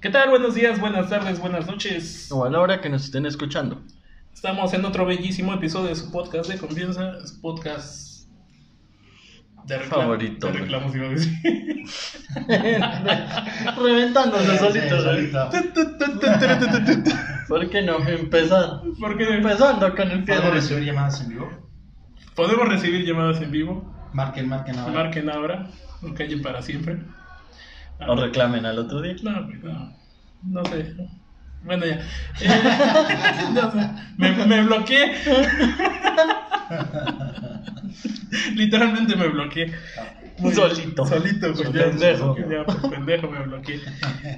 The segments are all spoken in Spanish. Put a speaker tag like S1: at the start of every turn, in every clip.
S1: ¿Qué tal? Buenos días, buenas tardes, buenas noches.
S2: O a la hora que nos estén escuchando.
S1: Estamos en otro bellísimo episodio de su podcast de confianza, su podcast de reclamo,
S2: Favorito,
S1: De
S2: güey.
S1: reclamos, iba a decir.
S2: Reventándose solitos ahorita. ¿Por qué no? Empezar.
S1: Porque
S2: Empezando con el pie
S3: ¿Puedo
S2: derecho.
S3: recibir llamadas en vivo?
S1: podemos recibir llamadas en vivo.
S3: Marquen, marquen ahora.
S1: Marquen ahora, no callen para siempre.
S2: O reclamen al otro día.
S1: No, güey, no. No sé. Bueno, ya. Eh, no sé. Me, me bloqueé. Literalmente me bloqueé. Muy bien.
S2: Solito.
S1: Solito, pues
S2: Por
S1: ya.
S2: pendejo.
S1: Ya, por pendejo me bloqueé.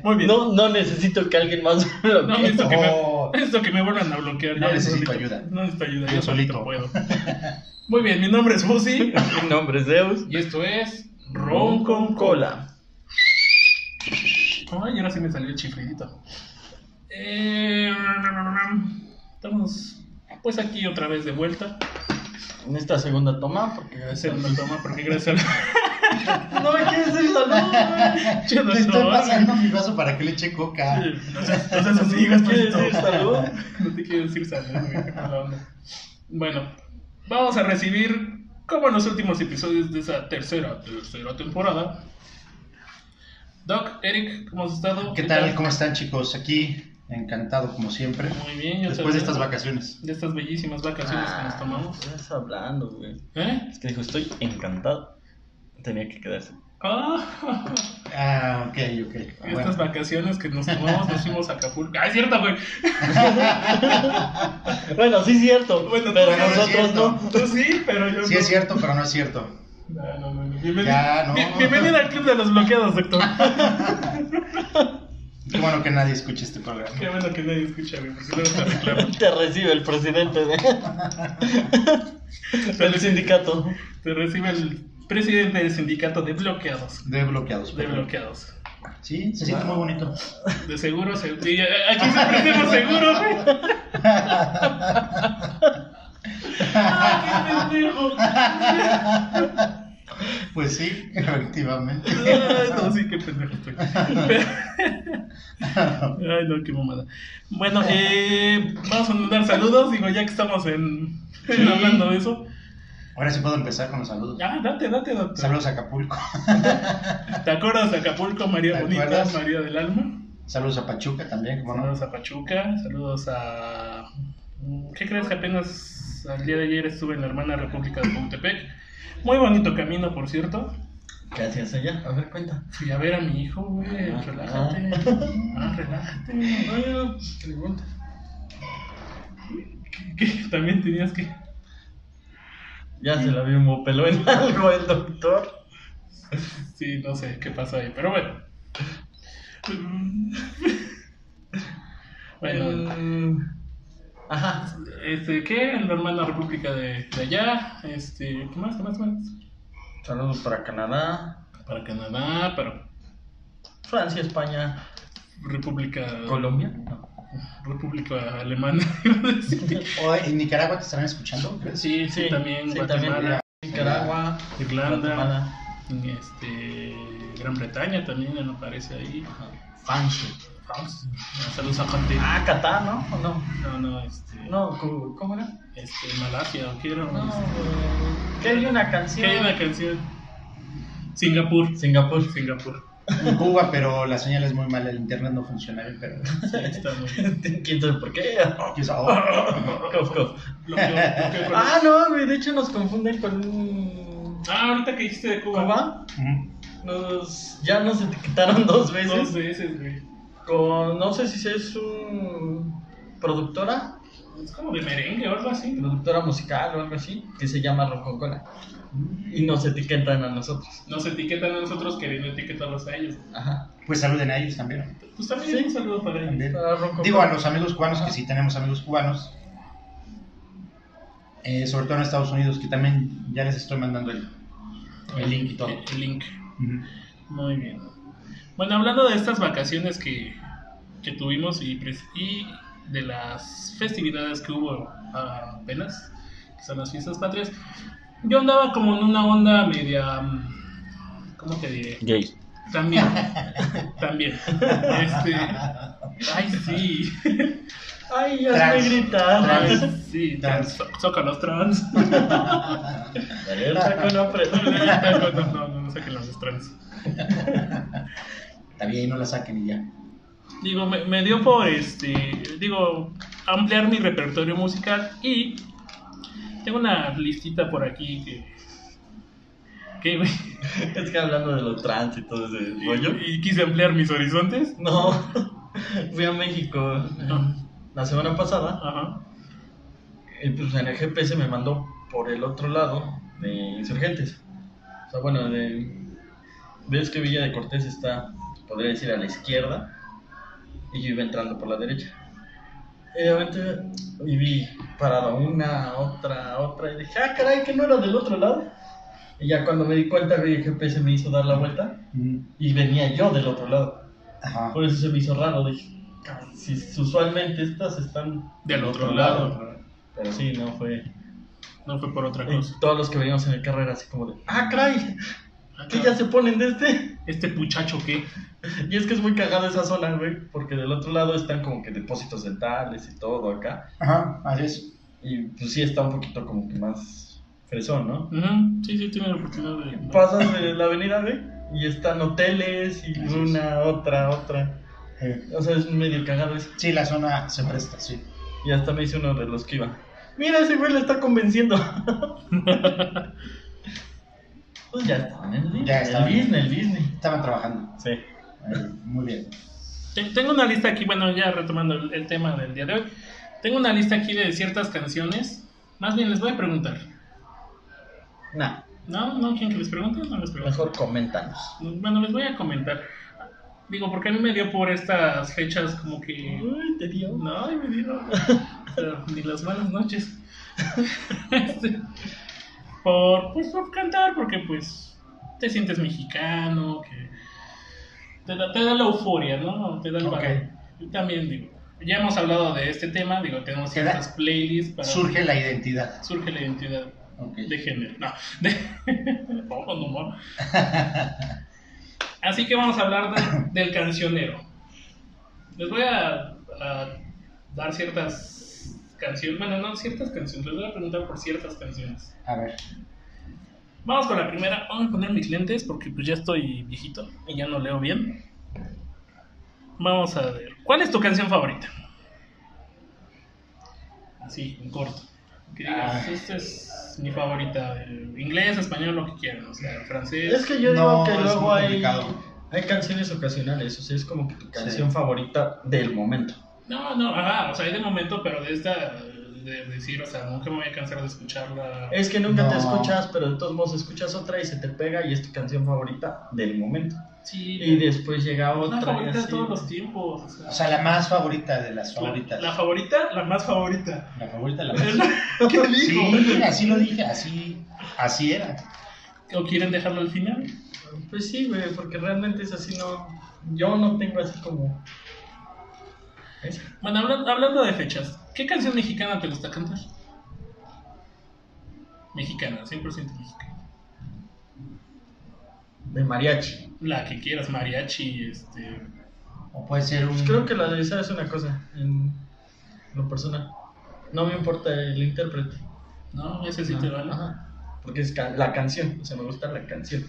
S1: Muy bien. No,
S2: No, no necesito que alguien más me lo quite.
S1: necesito, que
S3: Oh.
S1: me, necesito que me vuelvan a bloquear.
S3: No
S1: ya,
S3: necesito
S1: solito.
S3: ayuda.
S1: No necesito ayuda, yo,
S3: Yo
S1: solito.
S3: solito.
S1: puedo. Muy bien, mi nombre es Fusi
S2: Mi nombre es Zeus.
S1: y esto es Ron con Cola. Ay, ahora sí me salió el chiflidito. Eh, estamos pues aquí otra vez de vuelta.
S2: En esta segunda toma, porque gracias.
S1: Segunda toma, porque gracias al...
S2: No me quieres ir salud.
S1: Yo no
S3: Te estoy
S1: estaba-
S3: pasando mi vaso para que le eche coca.
S1: No seas, no seas así, Gasparito.
S2: ¿Quieres decir salud?
S1: No te quiero decir salud, güey, qué mala onda. Bueno, vamos a recibir, como en los últimos episodios de esa tercera, tercera temporada. Doc, Eric, ¿cómo has estado?
S3: ¿Qué tal? ¿Cómo están, chicos? Aquí, encantado como siempre.
S1: Muy bien, yo
S3: Después
S1: también.
S3: de estas vacaciones.
S1: De estas bellísimas vacaciones que nos tomamos.
S2: Estás hablando, güey.
S1: ¿Eh?
S2: Es que dijo, estoy encantado. Tenía que quedarse.
S1: Ah,
S3: Ah, ok, ok.
S1: estas
S3: Bueno.
S1: vacaciones que nos tomamos nos fuimos a Acapulco. Ah, es cierto, güey.
S2: Bueno, sí es cierto.
S1: Bueno,
S2: pero
S1: tú sí,
S2: nosotros
S3: es cierto.
S2: no.
S1: Tú sí, pero yo
S3: Sí
S1: no.
S3: es cierto, pero no es cierto.
S1: No, no, no, no. Bienvenido,
S3: Ya, no.
S1: bien- bienvenido al club de los bloqueados, doctor.
S3: Qué bueno que nadie escuche este programa.
S1: Qué bueno que nadie escucha, güey, porque luego te reclaman.
S2: Te recibe el presidente de- del sindicato.
S1: Te recibe el presidente del sindicato de bloqueados.
S3: De
S1: De
S3: bloqueados. por favor.
S1: bloqueados.
S3: Sí, se siente muy bonito.
S1: De seguro, se... sí, eh, aquí siempre hacemos seguro, güey. Ah, qué pendejo.
S3: Pues sí, efectivamente.
S1: Ay, no, sí, qué pendejo estoy. Ay, no, qué mamada. Bueno, eh, vamos a mandar saludos, digo, ya que estamos en, en hablando de eso.
S3: Ahora sí puedo empezar con los saludos.
S1: Ah, date, date, date.
S3: Saludos a Acapulco.
S1: ¿Te acuerdas de Acapulco, María
S3: ¿Te
S1: Bonita,
S3: acuerdas?
S1: María del Alma?
S3: Saludos a Pachuca también, como no.
S1: Saludos a Pachuca, saludos a... ¿Qué crees que apenas al día de ayer estuve en la hermana República de Pontepec? Muy bonito camino, por cierto.
S2: ¿Qué hacías allá? A ver, cuenta.
S1: Fui a ver a mi hijo, güey,
S2: Ah,
S1: relájate. Ah, relájate. no, pregunta. ¿Qué? También tenías que.
S2: Ya se la vio peló en algo el doctor.
S1: Sí, no sé qué pasó ahí, pero bueno. Bueno,
S2: Mm, Ajá.
S1: este, ¿qué? La hermana república de, de allá, este, ¿qué más, qué más, qué más?
S2: Saludos para Canadá,
S1: Para Canadá, para
S2: Francia, España,
S1: República,
S2: Colombia. No.
S1: República Alemana, iba a decir.
S3: O en Nicaragua te estarán escuchando. ¿crees?
S1: sí, sí, también,
S2: sí,
S1: Guatemala,
S2: también. Nicaragua,
S1: Irlanda.
S2: Guatemala,
S1: este, Gran Bretaña también ya no aparece ahí.
S2: Francia.
S1: Vamos, Saludos a gente.
S2: Ah, Qatar, ¿no? ¿O no?
S1: No, no, este,
S2: No, cu- ¿cómo era?
S1: este Malasia, o quiero.
S2: No. Que hay una
S1: Que
S2: canción.
S1: hay una canción. Singapur.
S2: Singapur.
S1: Singapur.
S3: En Cuba, pero la señal es muy mala, el internet no funciona bien, pero.
S1: Sí, está muy bien.
S2: ¿Quién sabe por qué?
S3: ¿Qué es- oh,
S2: Cof, cof.
S1: Bloqueo, bloqueo con-
S2: Ah, no, güey, de hecho nos confunden con un...
S1: Ah, ahorita que dijiste de Cuba.
S2: Cuba.
S3: mm.
S2: Nos, ya nos etiquetaron
S1: Dos
S2: dos veces.
S1: veces, güey.
S2: Con, no sé si es un... Productora.
S1: Es como de merengue o algo así.
S2: Productora musical o algo así. Que se llama Rococola. Y nos etiquetan a nosotros.
S1: Nos etiquetan a nosotros queriendo etiquetarlos a ellos.
S2: Ajá.
S3: Pues saluden a ellos también.
S1: Pues también
S2: Sí. Ah,
S1: un saludo para ellos.
S3: también.
S2: Para Ronco
S3: Digo, a
S2: Cola.
S3: los amigos cubanos, que sí tenemos amigos cubanos. Eh, sobre todo en Estados Unidos, que también ya les estoy mandando el, el link y todo.
S1: El- el link.
S3: Ujú.
S1: Muy bien. Bueno, hablando de estas vacaciones que, que tuvimos y, pres- y de las festividades que hubo ah, apenas, que son las fiestas patrias, yo andaba como en una onda media, mm, ¿cómo te diré?
S2: Gay.
S1: También. También. Este. Ay, sí.
S2: Ay,
S3: Trans.
S2: hazme gritar.
S1: Ay, sí. Trans. Zó- Zócalos trans.
S2: Alerta con
S1: No,
S2: opresión.
S1: no, no, no, no, no saquen las trans.
S3: Está bien, no la saquen y ya.
S1: Digo, me, me dio por este. Digo, ampliar mi repertorio musical y. Tengo una listita por aquí que. que
S2: Es que hablando de los trans y todo ese rollo.
S1: y, y quise ampliar mis horizontes.
S2: No, fui a México eh,
S1: Ah.
S2: la semana pasada.
S1: Ajá.
S2: Y pues en el GPS me mandó por el otro lado de Insurgentes. O sea, bueno, de. Ves que Villa de Cortés está, podría decir, a la izquierda. Y yo iba entrando por la derecha. Y de repente y vi parado una, otra, otra. Y dije, ah, caray, que no era del otro lado. Y ya cuando me di cuenta que el GPS me hizo dar la vuelta.
S3: Mm,
S2: Y venía yo del otro lado.
S3: Ajá.
S2: Por eso se me hizo raro, dije, "Cabrón, si usualmente estas están
S1: Del otro lado.
S2: Pero sí, no fue.
S1: No fue por otra
S2: Y
S1: cosa.
S2: todos los que veníamos en el carrera así como de, ah, caray, que ya se ponen de este.
S1: Este puchacho que.
S2: Y es que es muy cagada esa zona, güey, porque del otro lado están como que depósitos dentales y todo acá.
S3: Ajá, así es.
S2: Y pues sí está un poquito como que más fresón, ¿no?
S1: Ujú, Sí, sí, tiene la oportunidad de.
S2: Pasas de la avenida, güey, y están hoteles y
S3: Así es.
S2: una, otra, otra.
S3: Eh,
S2: O sea, es medio cagado eso.
S3: Sí, la zona se presta, sí.
S2: Y hasta me hizo uno de los que iba. Mira, ese güey le está convenciendo. pues ya estaban en el Disney.
S3: Ya estaban.
S2: El Disney, el Disney.
S3: Estaban trabajando.
S2: Sí.
S3: Eh, Muy bien.
S1: Te- Tengo una lista aquí, bueno, ya retomando el, el tema del día de hoy. Tengo una lista aquí de ciertas canciones. Más bien les voy a preguntar.
S2: Nah,
S1: ¿No? ¿No quieren que les pregunte? No les pregunto.
S2: mejor coméntanos.
S1: Bueno, les voy a comentar. Digo, porque a mí me dio por estas fechas como que...
S2: Uy, te dio.
S1: No, ay, me dieron... pero Ni las malas noches. Este, por, pues, por cantar, porque pues te sientes mexicano, que te da, te da la euforia, ¿no? Te da el
S3: Ok.
S1: valor. Yo También digo, ya hemos hablado de este tema, digo, tenemos
S3: Queda-
S1: ciertas playlists para
S3: Surge la identidad.
S1: surge la identidad
S3: Ok.
S1: de género. No, de... Ojo, no, no. Así que vamos a hablar de- del cancionero. Les voy a, a dar ciertas canciones, bueno, no ciertas canciones, les voy a preguntar por ciertas canciones.
S3: A ver.
S1: Vamos con la primera, vamos a poner mis lentes porque pues ya estoy viejito y ya no leo bien. Vamos a ver, ¿cuál es tu canción favorita? Así, en corto. Que digas,
S2: Ah.
S3: Ay.
S1: esta es mi favorita, eh, inglés, español, lo que quieran, o sea, francés.
S2: Es que yo digo
S3: No,
S2: que
S3: es
S2: luego
S3: muy
S2: hay,
S3: complicado.
S2: hay canciones ocasionales. O sea, es como que tu canción
S3: Sí.
S2: favorita del momento.
S1: No, no, ajá, o sea, hay de momento, pero de esta, de decir, o sea, nunca me voy a cansar de escucharla.
S2: Es que nunca te
S3: No.
S2: escuchas, pero de todos modos escuchas otra y se te pega y es tu canción favorita del momento.
S1: Sí,
S2: Y después llega
S1: es
S2: otra.
S1: la
S2: y
S1: favorita de
S2: así.
S1: todos los tiempos. o sea,
S3: O sea, la más favorita de las
S1: la-
S3: favoritas.
S1: la favorita, la más favorita.
S3: La favorita de la más.
S1: ¿Qué digo?
S3: Sí, así lo dije, así, así era.
S1: ¿O quieren dejarlo al final?
S2: Pues sí, güey, porque realmente es así, no. Yo no tengo así como. Esa.
S1: Bueno, hablan- hablando de fechas, ¿qué canción mexicana te gusta cantar? Mexicana, 100% mexicana.
S2: De mariachi.
S1: La que quieras, mariachi, este...
S3: O puede ser un.
S2: Pues creo que la de esa es una cosa, en lo personal. No me importa el intérprete.
S1: No,
S2: Pues
S1: ese sí te vale.
S2: Ajá. Porque es ca- la canción, o sea, me gusta la canción.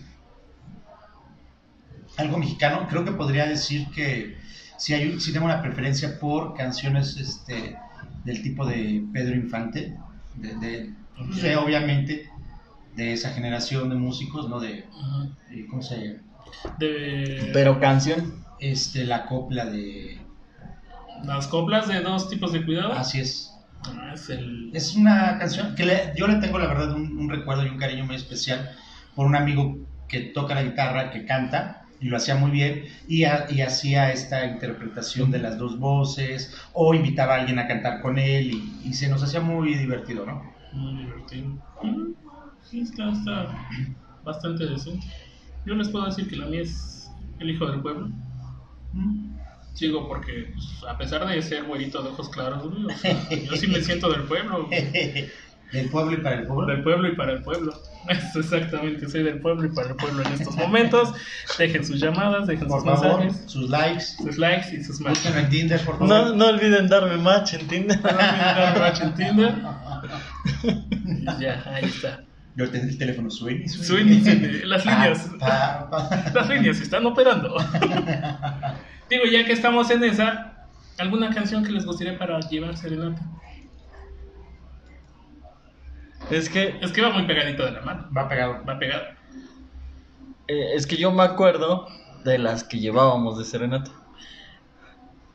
S3: algo mexicano. Creo que podría decir que si hay un, si tengo una preferencia por canciones este del tipo de Pedro Infante, de, de- pues, de, obviamente de esa generación de músicos, no de
S1: Ajá.
S3: eh, cómo se llama?
S1: De...
S2: canción.
S3: este la copla de
S1: Las coplas de dos tipos de cuidado.
S3: así es.
S1: Ah, es el...
S3: Es una canción que le- yo le tengo la verdad un, un recuerdo y un cariño muy especial por un amigo que toca la guitarra, que canta y lo hacía muy bien y, ha- y hacía esta interpretación de las dos voces o invitaba a alguien a cantar con él y, y se nos hacía muy divertido, ¿no?
S1: Muy divertido. Mm, Sí, está, está bastante decente. Yo les puedo decir que la mía es El Hijo del Pueblo.
S3: Mm.
S1: Digo, porque pues, a pesar de ser güerito de ojos claros, güey, o sea, yo sí me siento del pueblo. güey.
S3: Del pueblo y para el pueblo.
S1: Del pueblo y para el pueblo. Eso exactamente, soy del pueblo y para el pueblo en estos momentos. Dejen sus llamadas, dejen
S3: Por
S1: sus
S3: favor,
S1: mensajes,
S3: sus likes.
S1: sus likes y sus matches.
S3: Búsquenme en Tinder, por favor.
S2: No, no olviden darme match en Tinder.
S1: en Tinder. Y Ya, ahí está.
S3: Yo tengo el teléfono Sweeney.
S1: Sweeney, Sweeney, las
S3: Pa,
S1: líneas.
S3: pa, pa.
S1: Las líneas están operando. Digo, ya que estamos en esa, ¿alguna canción que les gustaría para llevar serenata?
S2: Es que
S1: Es que va muy pegadito de la mano.
S3: Va pegado.
S1: Va pegado.
S2: Eh, es que yo me acuerdo de las que llevábamos de serenata.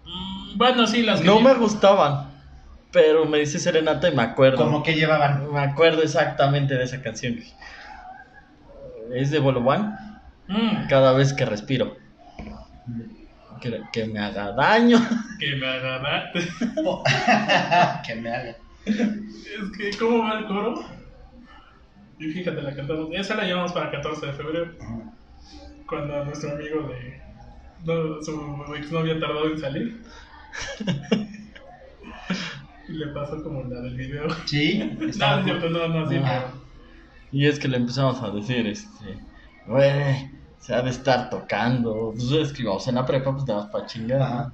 S1: Mm, Bueno, sí, las que
S2: No me
S1: llevan-
S2: gustaban, pero me dice serenata y me acuerdo.
S3: Como que llevaban.
S2: Me acuerdo exactamente de esa canción. Es de Bolobán,
S1: Mm,
S2: cada vez que respiro. Que, que me haga daño.
S1: que me agarra.
S3: que me haga.
S1: Es que, ¿cómo va el coro? Y fíjate, la cantamos. Esa la llevamos para 14 de febrero, cuando nuestro amigo de. no, su exnovia tardó en salir. y le pasó como la del video.
S3: Sí.
S1: No,
S3: estaba-
S1: no es cierto, no, no, sí,
S3: Ah.
S1: pero-
S2: Y es que le empezamos a decir, este, güey, se ha de estar tocando. Pues es que íbamos en la prepa, pues nada más para chingar. ¿no?
S3: Ajá.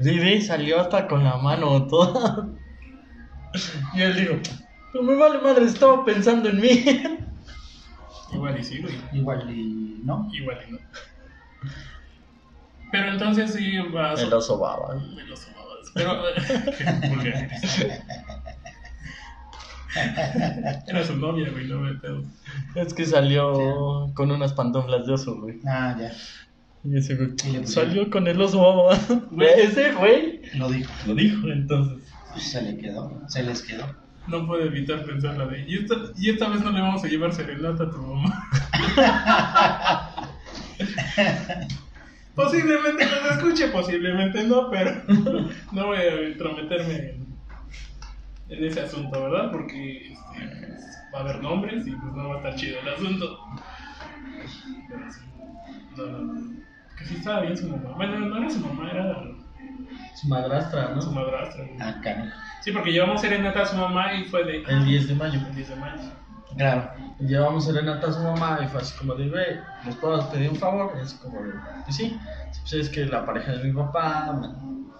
S2: Sí, ve, salió hasta con la mano toda. Y él dijo, no me vale madre, estaba pensando en mí.
S1: Igual y sí, güey.
S3: Igual y. ¿No?
S1: Igual y no. Pero entonces sí vas.
S2: El oso baba.
S1: Me lo sobabas, Pero. Qué vulgar eres. Era su novia, güey, no me pedo.
S2: Es que salió con unas pantuflas de oso, güey.
S3: Ah, ya.
S2: Y ese güey,
S3: Y le pusieron.
S2: salió con el oso baba.
S1: Güey.
S2: Ese güey
S3: Lo dijo.
S2: lo dijo entonces.
S3: Se le quedó. Se les quedó.
S1: No puedo evitar pensar la de. Y esta, y esta vez no le vamos a llevar serenata a tu mamá. posiblemente nos escuche, posiblemente no, pero no voy a intrometerme en, en ese asunto, ¿verdad? Porque este, pues, va a haber nombres y pues no va a estar chido el asunto. Pero sí. No, no, no. Que sí estaba bien su mamá. Bueno, no era su mamá, era
S2: Su madrastra,
S1: su madrastra. güey.
S3: Ah, carajo.
S1: Sí, porque llevamos serenata a su mamá y fue de.
S2: El 10 de mayo.
S1: El 10 de mayo.
S3: Claro.
S2: Llevamos serenata a su mamá y fue así como de, güey, ¿nos podemos pedir un favor? Es como de, pues sí, pues es que la pareja de mi papá,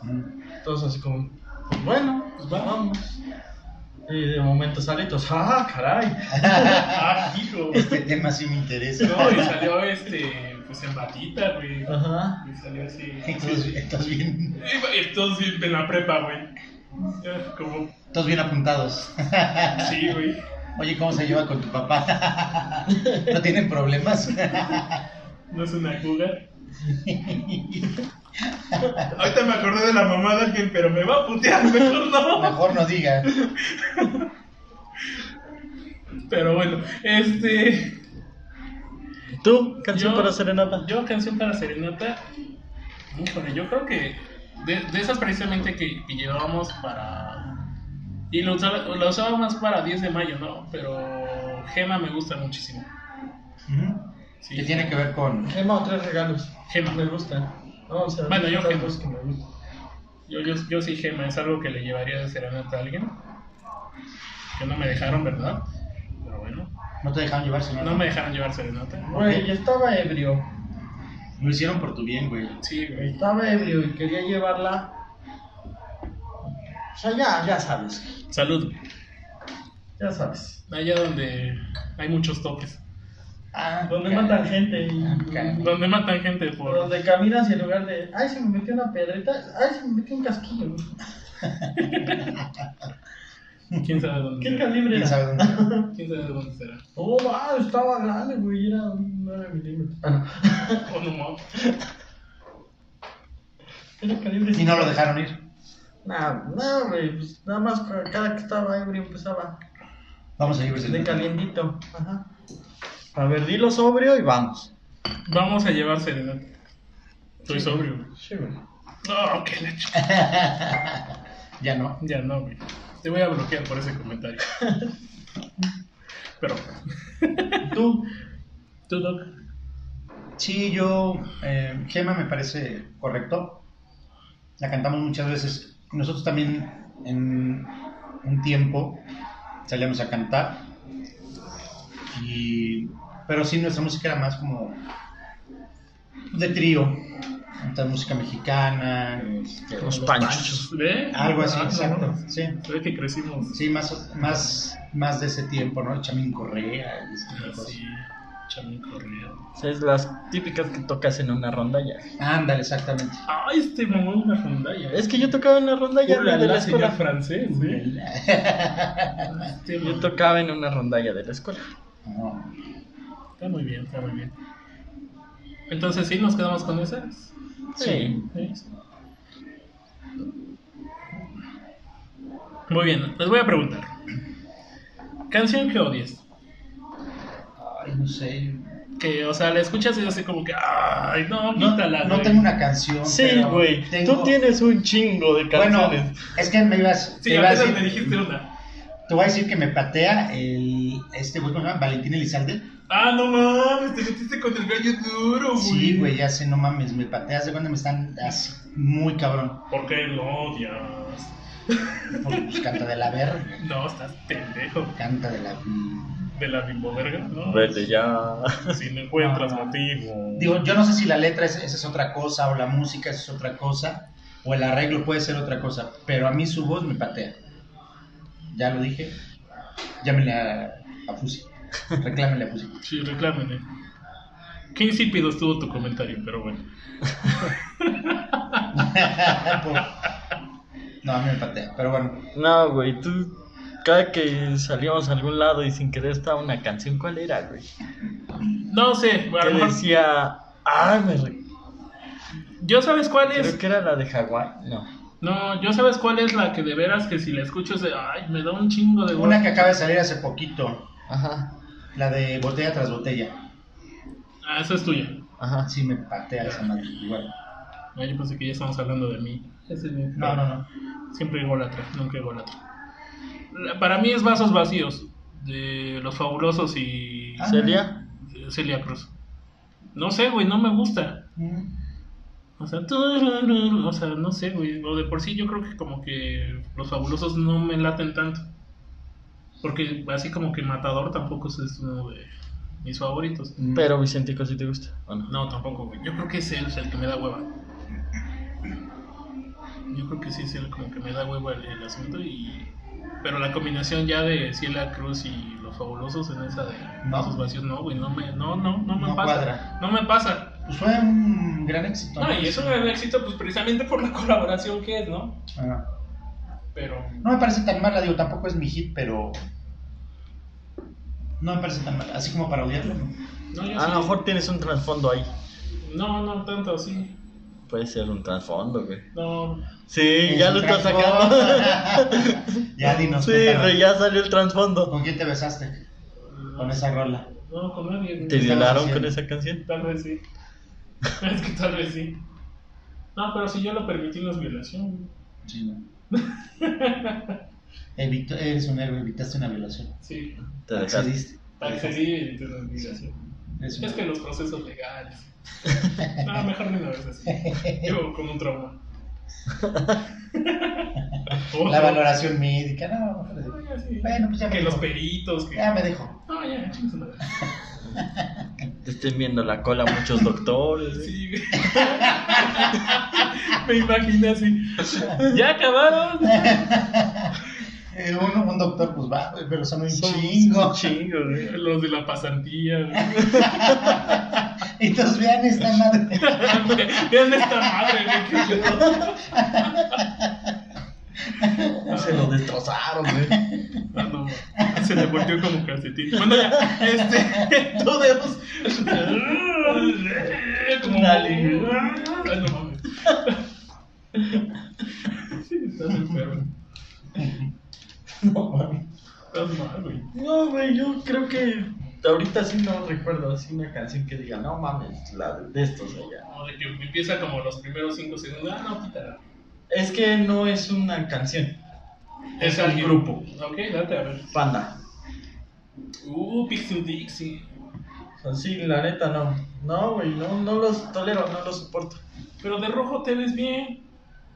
S3: Mm.
S2: Todos así como, pues bueno, pues vamos. Y de momento sale y todos, ¡ah, caray!
S1: Ah, hijo.
S3: Este tema sí me interesa.
S1: No, y salió este, pues en batita, güey.
S2: Ajá.
S1: Y salió así.
S3: Estás, estás bien.
S1: Entonces en la prepa, güey. Ya, Como,
S3: Estás bien apuntados.
S1: sí, güey.
S3: Oye, ¿cómo se lleva con tu papá? ¿No tienen problemas?
S1: No es una cougar. Ahorita me acordé de la mamá de alguien, pero me va a putear, mejor no.
S3: Mejor no diga.
S1: Pero bueno, este.
S2: ¿Tú? ¿Canción
S1: Yo-
S2: para serenata?
S1: Yo, canción para Serenata. Híjole, yo creo que de, de esas precisamente que, que llevábamos para. Y lo usaba, lo usaba más para 10 de mayo, ¿no? Pero Gema me gusta muchísimo.
S3: Ujú.
S1: Sí.
S3: ¿Qué tiene que ver con.?
S2: Gema o tres regalos.
S1: Gema.
S2: Me gustan. Vamos a
S1: Bueno, yo
S2: otras
S1: Gema.
S2: dos que me gustan.
S1: Yo, yo, yo sí, Gema, es algo que le llevaría de serenata a alguien. Que no me dejaron, ¿verdad? Pero bueno,
S3: No te dejaron llevarse nada.
S1: no me dejaron llevar serenata.
S2: Güey, yo estaba ebrio.
S3: Lo hicieron por tu bien, güey.
S1: Sí, güey.
S2: Estaba ebrio y quería llevarla. O sea, ya, ya sabes.
S1: Salud.
S2: Ya sabes.
S1: Allá donde hay muchos toques.
S3: Ah,
S2: Donde
S3: caray.
S2: matan gente y.
S3: Caray.
S1: Donde matan gente por...
S2: Donde caminas y en lugar de. Ay, se me metió una pedrita. Ay, se me metió un casquillo. güey".
S1: ¿Quién sabe dónde
S2: ¿Qué
S1: será?
S2: calibre
S3: ¿Quién
S2: era?
S3: sabe dónde?
S1: ¿Quién sabe dónde será?
S2: Oh, wow, estaba grande, güey, era un 9 milímetros.
S1: O Oh, no, mo-
S2: Era calibre.
S3: Y no lo dejaron ir.
S2: Nah, nah, güey, pues nada más ca- cada que estaba ebrio empezaba.
S3: Vamos a pues, llevarse
S2: De calientito. Ajá. A ver, dilo sobrio y vamos.
S1: Vamos a llevar serenata. Estoy sobrio. güey.
S2: Sí, güey.
S1: No, qué la ch-
S3: Ya no.
S1: Ya no, güey. Te voy a bloquear por ese comentario. Pero,
S2: ¿Tú?
S1: tú, Doc.
S3: Sí, yo. eh, Gema me parece correcto. La cantamos muchas veces. Nosotros también en un tiempo salíamos a cantar. Y, pero sí, nuestra música era más como de trío. Entonces, música mexicana, este,
S4: Los panchos.
S1: ¿Ve?
S3: algo así,
S1: Ah,
S3: exacto.
S1: no,
S3: Sí,
S1: Ve que crecimos.
S3: sí más, más, más de ese tiempo, ¿no? Chamín Correa y este tipo de cosas.
S1: Así, Chamín Correa.
S4: O sea, es las típicas que tocas en una rondalla.
S3: Ándale, exactamente.
S1: Ah, este mamó una rondalla.
S4: Es que yo tocaba en una rondalla
S1: Hola,
S4: la de la
S1: la señor
S4: escuela.
S1: francés, ¿eh? Este
S4: Yo
S1: mamón.
S4: tocaba en una rondalla de la escuela.
S3: No.
S1: Está muy bien, está muy bien. Entonces, ¿sí nos quedamos con esas?
S4: Sí.
S1: Sí. Muy bien, les voy a preguntar. Canción que odies.
S3: Ay, no sé.
S1: Que, o sea, la escuchas y es así como que, ay, no,
S3: No,
S1: quítala.
S3: no
S1: güey".
S3: tengo una canción.
S4: Sí,
S3: pero
S4: güey.
S3: tengo-
S4: Tú tienes un chingo de
S3: Bueno,
S4: canciones.
S3: es que me ibas.
S1: Sí,
S3: te iba a
S1: apenas
S3: decir-
S1: me dijiste una.
S3: Te voy a decir que me patea el, este güey, ¿cómo se llama? Valentín Elizalde.
S1: Ah, no mames, te metiste con el gallo duro, Oh, güey.
S3: Sí, güey, ya sé, no mames, me pateas de cuando me están así, muy cabrón.
S1: ¿Por qué lo odias?
S3: Porque, pues, canta de la verga,
S1: No, estás pendejo.
S3: canta de la.
S1: De la bimbo verga, ¿no?
S4: Vete ya.
S1: Si no encuentras
S3: Ah.
S1: motivo.
S3: Digo, yo no sé si la letra es- esa es otra cosa, o la música esa es otra cosa, o el arreglo puede ser otra cosa, pero a mí su voz me patea. Ya lo dije, llámenle a, a Fusi, reclámenle a Fusi.
S1: Sí, reclámenle. Qué insípido estuvo tu comentario, pero bueno.
S3: No, a mí me patea, pero bueno,
S4: No, güey, tú. Cada que salíamos a algún lado y sin querer estaba una canción, ¿cuál era, güey?
S1: No sé, a
S4: Que
S1: lo mejor-
S4: decía. Ah, me re-
S1: yo sabes cuál
S4: Creo
S1: es.
S4: que era la de Hawái. No.
S1: No, yo sabes cuál es la que de veras que si la escucho es de, ay, me da un chingo de
S3: una
S1: una
S3: que acaba de salir hace poquito,
S4: Ajá.
S3: la de botella tras botella,
S1: Ah, esa es tuya.
S4: Ajá.
S3: así me patea esa madre, igual.
S1: Ah, yo pensé que ya estamos hablando de mí. Ese es mi-
S3: No, no, no.
S1: Siempre ególatra, nunca ególatra. La- Para mí es Vasos Vacíos, de Los Fabulosos y
S3: Ah.
S4: ¿Celia?
S1: eh, Celia Cruz. No sé, güey, no me gusta.
S3: Mm.
S1: O sea, turururu, o sea, no sé, güey. O de por sí yo creo que como que los fabulosos no me laten tanto. Porque así como que Matador tampoco es uno de mis favoritos.
S4: Pero Vicentico, si te gusta. ¿o no?
S1: No, tampoco, güey. Yo creo que es él el que me da hueva. Yo creo que sí es él como que me da hueva el, el asunto y... Pero la combinación ya de Ciela Cruz y los fabulosos en esa de
S3: No.
S1: Vasos Vacíos, no, güey, no me, no, no, no me
S3: No
S1: pasa.
S3: cuadra.
S1: No me pasa.
S3: Pues fue un gran éxito.
S1: No, y es un gran éxito pues precisamente por la colaboración que es, ¿no?
S3: Ah.
S1: Pero
S3: No me parece tan mala, digo, tampoco es mi hit, pero. No me parece tan mala, así como para odiarlo. ¿no?
S1: no, yo
S4: A
S1: sí-
S4: lo mejor tienes un trasfondo ahí.
S1: No, no tanto así.
S4: Puede ser un trasfondo, güey.
S1: No.
S4: Sí,
S3: Es
S4: ya
S3: un
S4: lo estás
S3: trasfondo.
S4: sacando.
S3: ya dinos.
S4: Sí,
S3: cuéntanos.
S4: güey, ya salió el trasfondo.
S3: ¿Con quién te besaste? Con esa rola.
S1: No, con nadie.
S4: ¿Te
S1: güey.
S4: violaron
S3: haciendo?
S4: con esa canción?
S1: Tal vez sí. es que tal vez sí. No, pero si yo lo permití, no es violación. güey.
S3: Sí, no. Evitó- eres un héroe, evitaste una violación.
S1: Sí.
S4: Te dejaste.
S3: Accediste.
S1: Para que sí, entonces no es violación.
S3: Eres un
S1: Es que
S3: héroe.
S1: los procesos legales. No, mejor ni una vez así. Yo con un trauma. Otro.
S3: La valoración médica, no, no, no.
S1: Ay, así.
S3: Bueno, pues ya me
S1: Que los
S3: dijo.
S1: peritos, que.
S3: Ya me dejó.
S1: No, ya, chingas su madre.
S4: Te estén viendo la cola muchos doctores. güey.
S1: Sí, güey. Me imagino así. ¿Ya acabaron?
S3: Eh, un, un doctor, pues va, güey, pero son un
S4: Son- son
S3: chingo.
S4: Chingo, güey.
S1: Los de la pasantía. güey.
S3: Entonces vean esta madre.
S1: Vean esta madre, güey. que yo-
S2: Se lo destrozaron, güey.
S1: Ah, no, se le volteó como calcetín. Bueno, ya, este, todos. Como
S4: Dale, güey.
S1: Ay, no mames. Sí, Estás enfermo.
S3: No, mami.
S1: Estás mal, güey.
S2: No, güey, yo creo que ahorita sí no recuerdo así una canción que diga, no mames, la de estos allá.
S1: Como de que empieza como los primeros 5 segundos. Ah, no, quítala.
S2: Es que no es una canción.
S1: Es
S2: el
S1: alguien.
S2: grupo.
S1: Ok, date a ver.
S2: Panda.
S1: Uh, Pixie Dixie.
S2: O sea, sí, la neta no. No, güey, no, no los tolero, no los soporto.
S1: Pero de rojo te ves bien.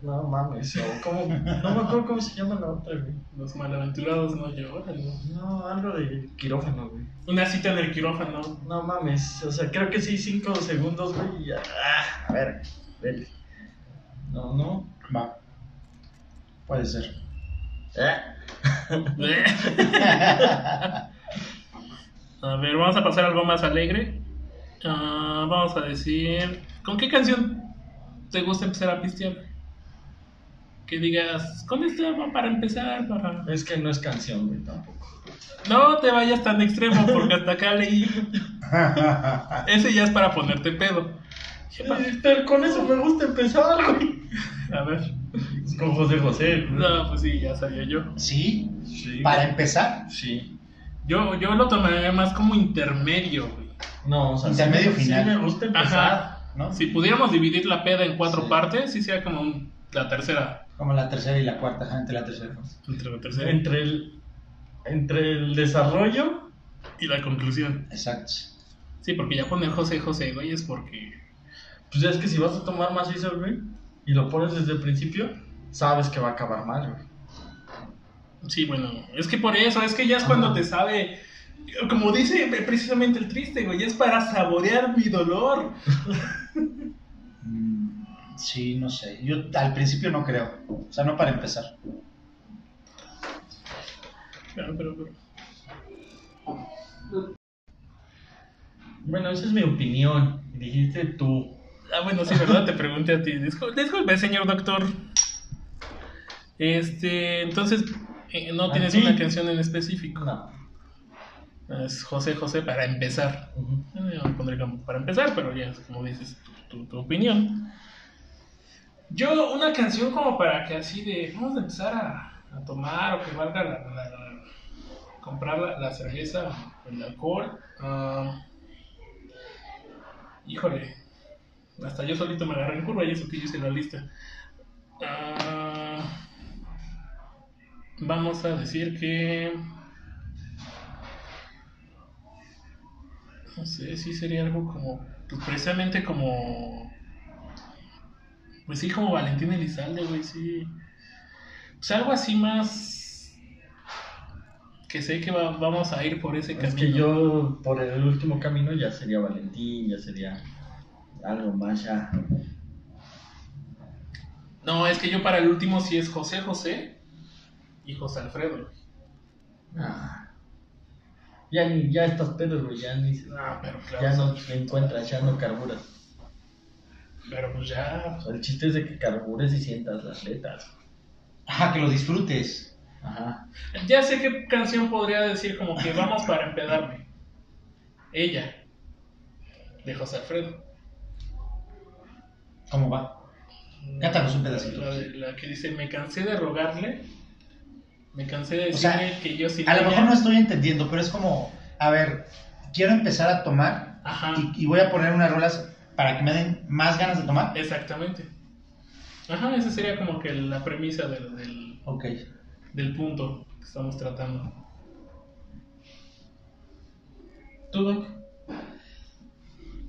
S2: No mames, o cómo- no me acuerdo cómo se llama la otra, güey.
S1: Los malaventurados no lloran. ¿no?
S2: No, algo de quirófano, güey.
S1: Una cita en el quirófano.
S2: No mames, o sea, creo que sí, cinco segundos, güey, y ya. Ah, a ver, vete. No, no.
S3: Va. Puede ser.
S2: Ah.
S1: a ver, vamos a pasar a algo más alegre. Ah, vamos a decir. ¿Con qué canción te gusta empezar a pistear? Que digas, con esta va para empezar, para.
S2: Es que no es canción, güey, tampoco.
S1: No te vayas tan extremo, porque hasta acá leí. Ese ya es para ponerte pedo. Dije, "Pa-
S2: Pero con eso me gusta empezar, güey.
S1: A ver.
S2: Con José José, güey.
S1: No, pues sí, ya sabía yo.
S3: sí,
S2: Sí.
S3: para empezar,
S2: Sí.
S1: Yo, yo lo tomaría más como intermedio, güey.
S2: No, o sea, sí
S3: Intermedio
S2: me- sí
S3: final.
S2: me gusta empezar.
S1: Ajá.
S3: ¿no?
S1: Si pudiéramos dividir la peda en cuatro
S2: Sí.
S1: partes, sí sería como un- la tercera.
S3: Como la tercera y la cuarta, ajá, entre la tercera y la cuarta.
S1: Entre la tercera
S2: Entre el, entre el desarrollo.
S1: y la conclusión.
S3: Exacto.
S1: Sí, porque ya poner José José, güey, es porque.
S2: Pues ya es que si vas a tomar macizo, güey, y lo pones desde el principio, sabes que va a acabar mal, güey.
S1: Sí, bueno, es que por eso, es que ya es cuando te sabe. Como dice precisamente el triste, güey, es para saborear mi dolor.
S3: Mm, Sí, no sé. Yo al principio no creo. O sea, no para empezar.
S1: Pero, pero, pero.
S2: Bueno, esa es mi opinión. Dijiste tú.
S1: Ah, bueno, sí, ¿verdad? Te pregunté a ti. Discul- disculpe, señor doctor. Este, entonces, eh, no
S2: ¿A
S1: tienes
S2: ti?
S1: una canción en específico.
S2: No.
S1: Es José José para empezar. Eh, Yo lo pondré como para empezar, pero ya es como dices tu, tu- tu opinión. Yo, una canción como para que así de, vamos a empezar a, a tomar o que valga la, la- la- comprar la, la cerveza o el alcohol. ah, híjole, hasta yo solito me agarré en curva y eso que yo hice la lista. Ah, vamos a decir que... No sé, sí sería algo como, pues precisamente como, pues sí, como Valentín Elizalde, güey, sí. Pues algo así más que sé que va- vamos a ir por ese
S2: Es
S1: camino.
S2: que yo, por el último camino, ya sería Valentín, ya sería algo más ya.
S1: No, es que yo para el último sí es José José y José Alfredo. güey.
S2: Ah. Ya, ni- ya estás pedo, güey, ya ni se-
S1: Ah, pero claro.
S2: Ya no te encuentras, ya no carburas.
S1: Pero pues ya.
S2: O sea, el chiste es de que carbures y sientas las letras.
S3: Ajá, que lo disfrutes.
S2: Ajá.
S1: Ya sé qué canción podría decir como que vamos para empedarme. Ella. De José Alfredo.
S3: ¿Cómo va? Cántanos un pedacito.
S1: La, de- la que dice, me cansé de rogarle. Me cansé de
S3: O
S1: decirle
S3: sea,
S1: que yo sin
S3: A lo
S1: ella-
S3: mejor no estoy entendiendo, pero es como, a ver, quiero empezar a tomar
S1: Ajá,
S3: y, y voy a poner unas rolas para que me den más ganas de tomar.
S1: exactamente. Ajá, esa sería como que la premisa del, del,
S3: Ok.
S1: del punto que estamos tratando.
S2: ¿Tú, Doc?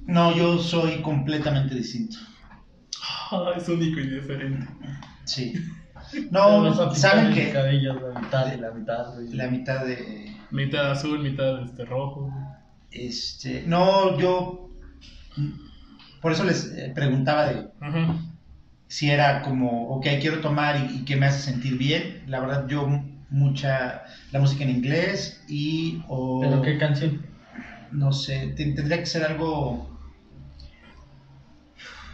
S3: No, yo soy completamente distinto.
S1: Ah, es único y diferente.
S3: Sí.
S2: Te vas a
S3: No,
S2: pintar
S3: ¿saben
S2: el
S3: qué?
S2: cabello la mitad y la mitad, güey.
S3: La mitad de...
S1: Mitad azul, mitad este rojo.
S3: Este, no, yo... Por eso les eh, preguntaba de...
S1: Ajá.
S3: si era como, ok, quiero tomar y, y que me hace sentir bien. La verdad, yo m- mucha la música en inglés y o
S2: ¿Pero qué canción?
S3: no sé, te- tendría que ser algo,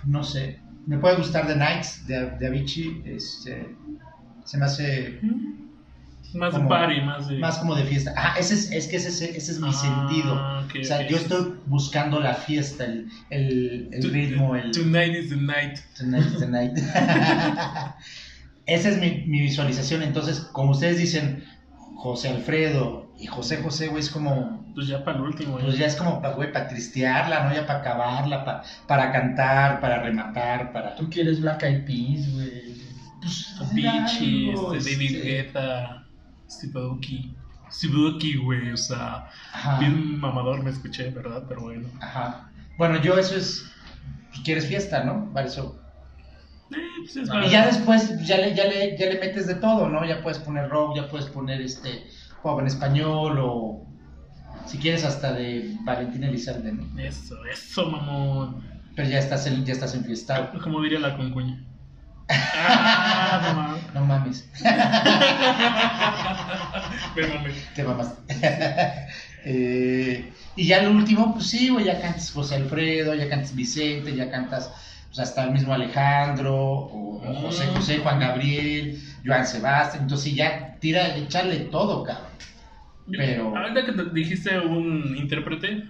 S3: no sé, me puede gustar The Nights de, de Avicii, este, se me hace
S1: Más de
S3: Mm. Como-
S1: party, más de.
S3: más como de fiesta. Ah, ese es, es que ese, es- ese es mi
S1: Ah,
S3: sentido.
S1: ok,
S3: O sea,
S1: ok.
S3: yo estoy buscando la fiesta, el, el, el
S1: To-
S3: ritmo, el...
S1: Tonight is the night.
S3: Tonight, tonight. Esa es mi, mi visualización. Entonces, como ustedes dicen, José Alfredo y José José, güey, es como,
S1: Pues ya para el último.
S3: pues ya es como para, güey, para tristearla, ¿no? Ya para acabarla, pa- para cantar, para rematar, para...
S2: Tú quieres Black Eyed Peas, güey.
S1: Pichi,
S3: algo,
S1: este, David
S3: este.
S1: Guetta, Steve Aoki. Steve Aoki, güey, o sea,
S3: Ajá,
S1: bien mamador me escuché, ¿verdad? Pero bueno.
S3: ajá. Bueno, yo eso es, pues, quieres fiesta, ¿no? Para eso.
S1: Eh, pues es para-
S3: Y ya después pues, ya le, ya, le, ya le metes de todo, ¿no? Ya puedes poner rock, ya puedes poner este pop en español o si quieres hasta de Valentín Elizalde, ¿no?
S1: Eso, eso, mamón.
S3: Pero ya estás en, ya estás enfiestado.
S1: Como diría la concuña. Ah, no mames.
S3: No mames,
S1: Me mamé.
S3: te mamas. Eh, y ya el último, pues sí, güey, ya cantas José Alfredo, ya cantas Vicente, ya cantas pues, hasta el mismo Alejandro, o, o José José, Juan Gabriel, Joan Sebastián, entonces sí, ya tira, echarle todo, cabrón.
S1: Yo-
S3: Pero-
S1: Ahorita que te dijiste un intérprete,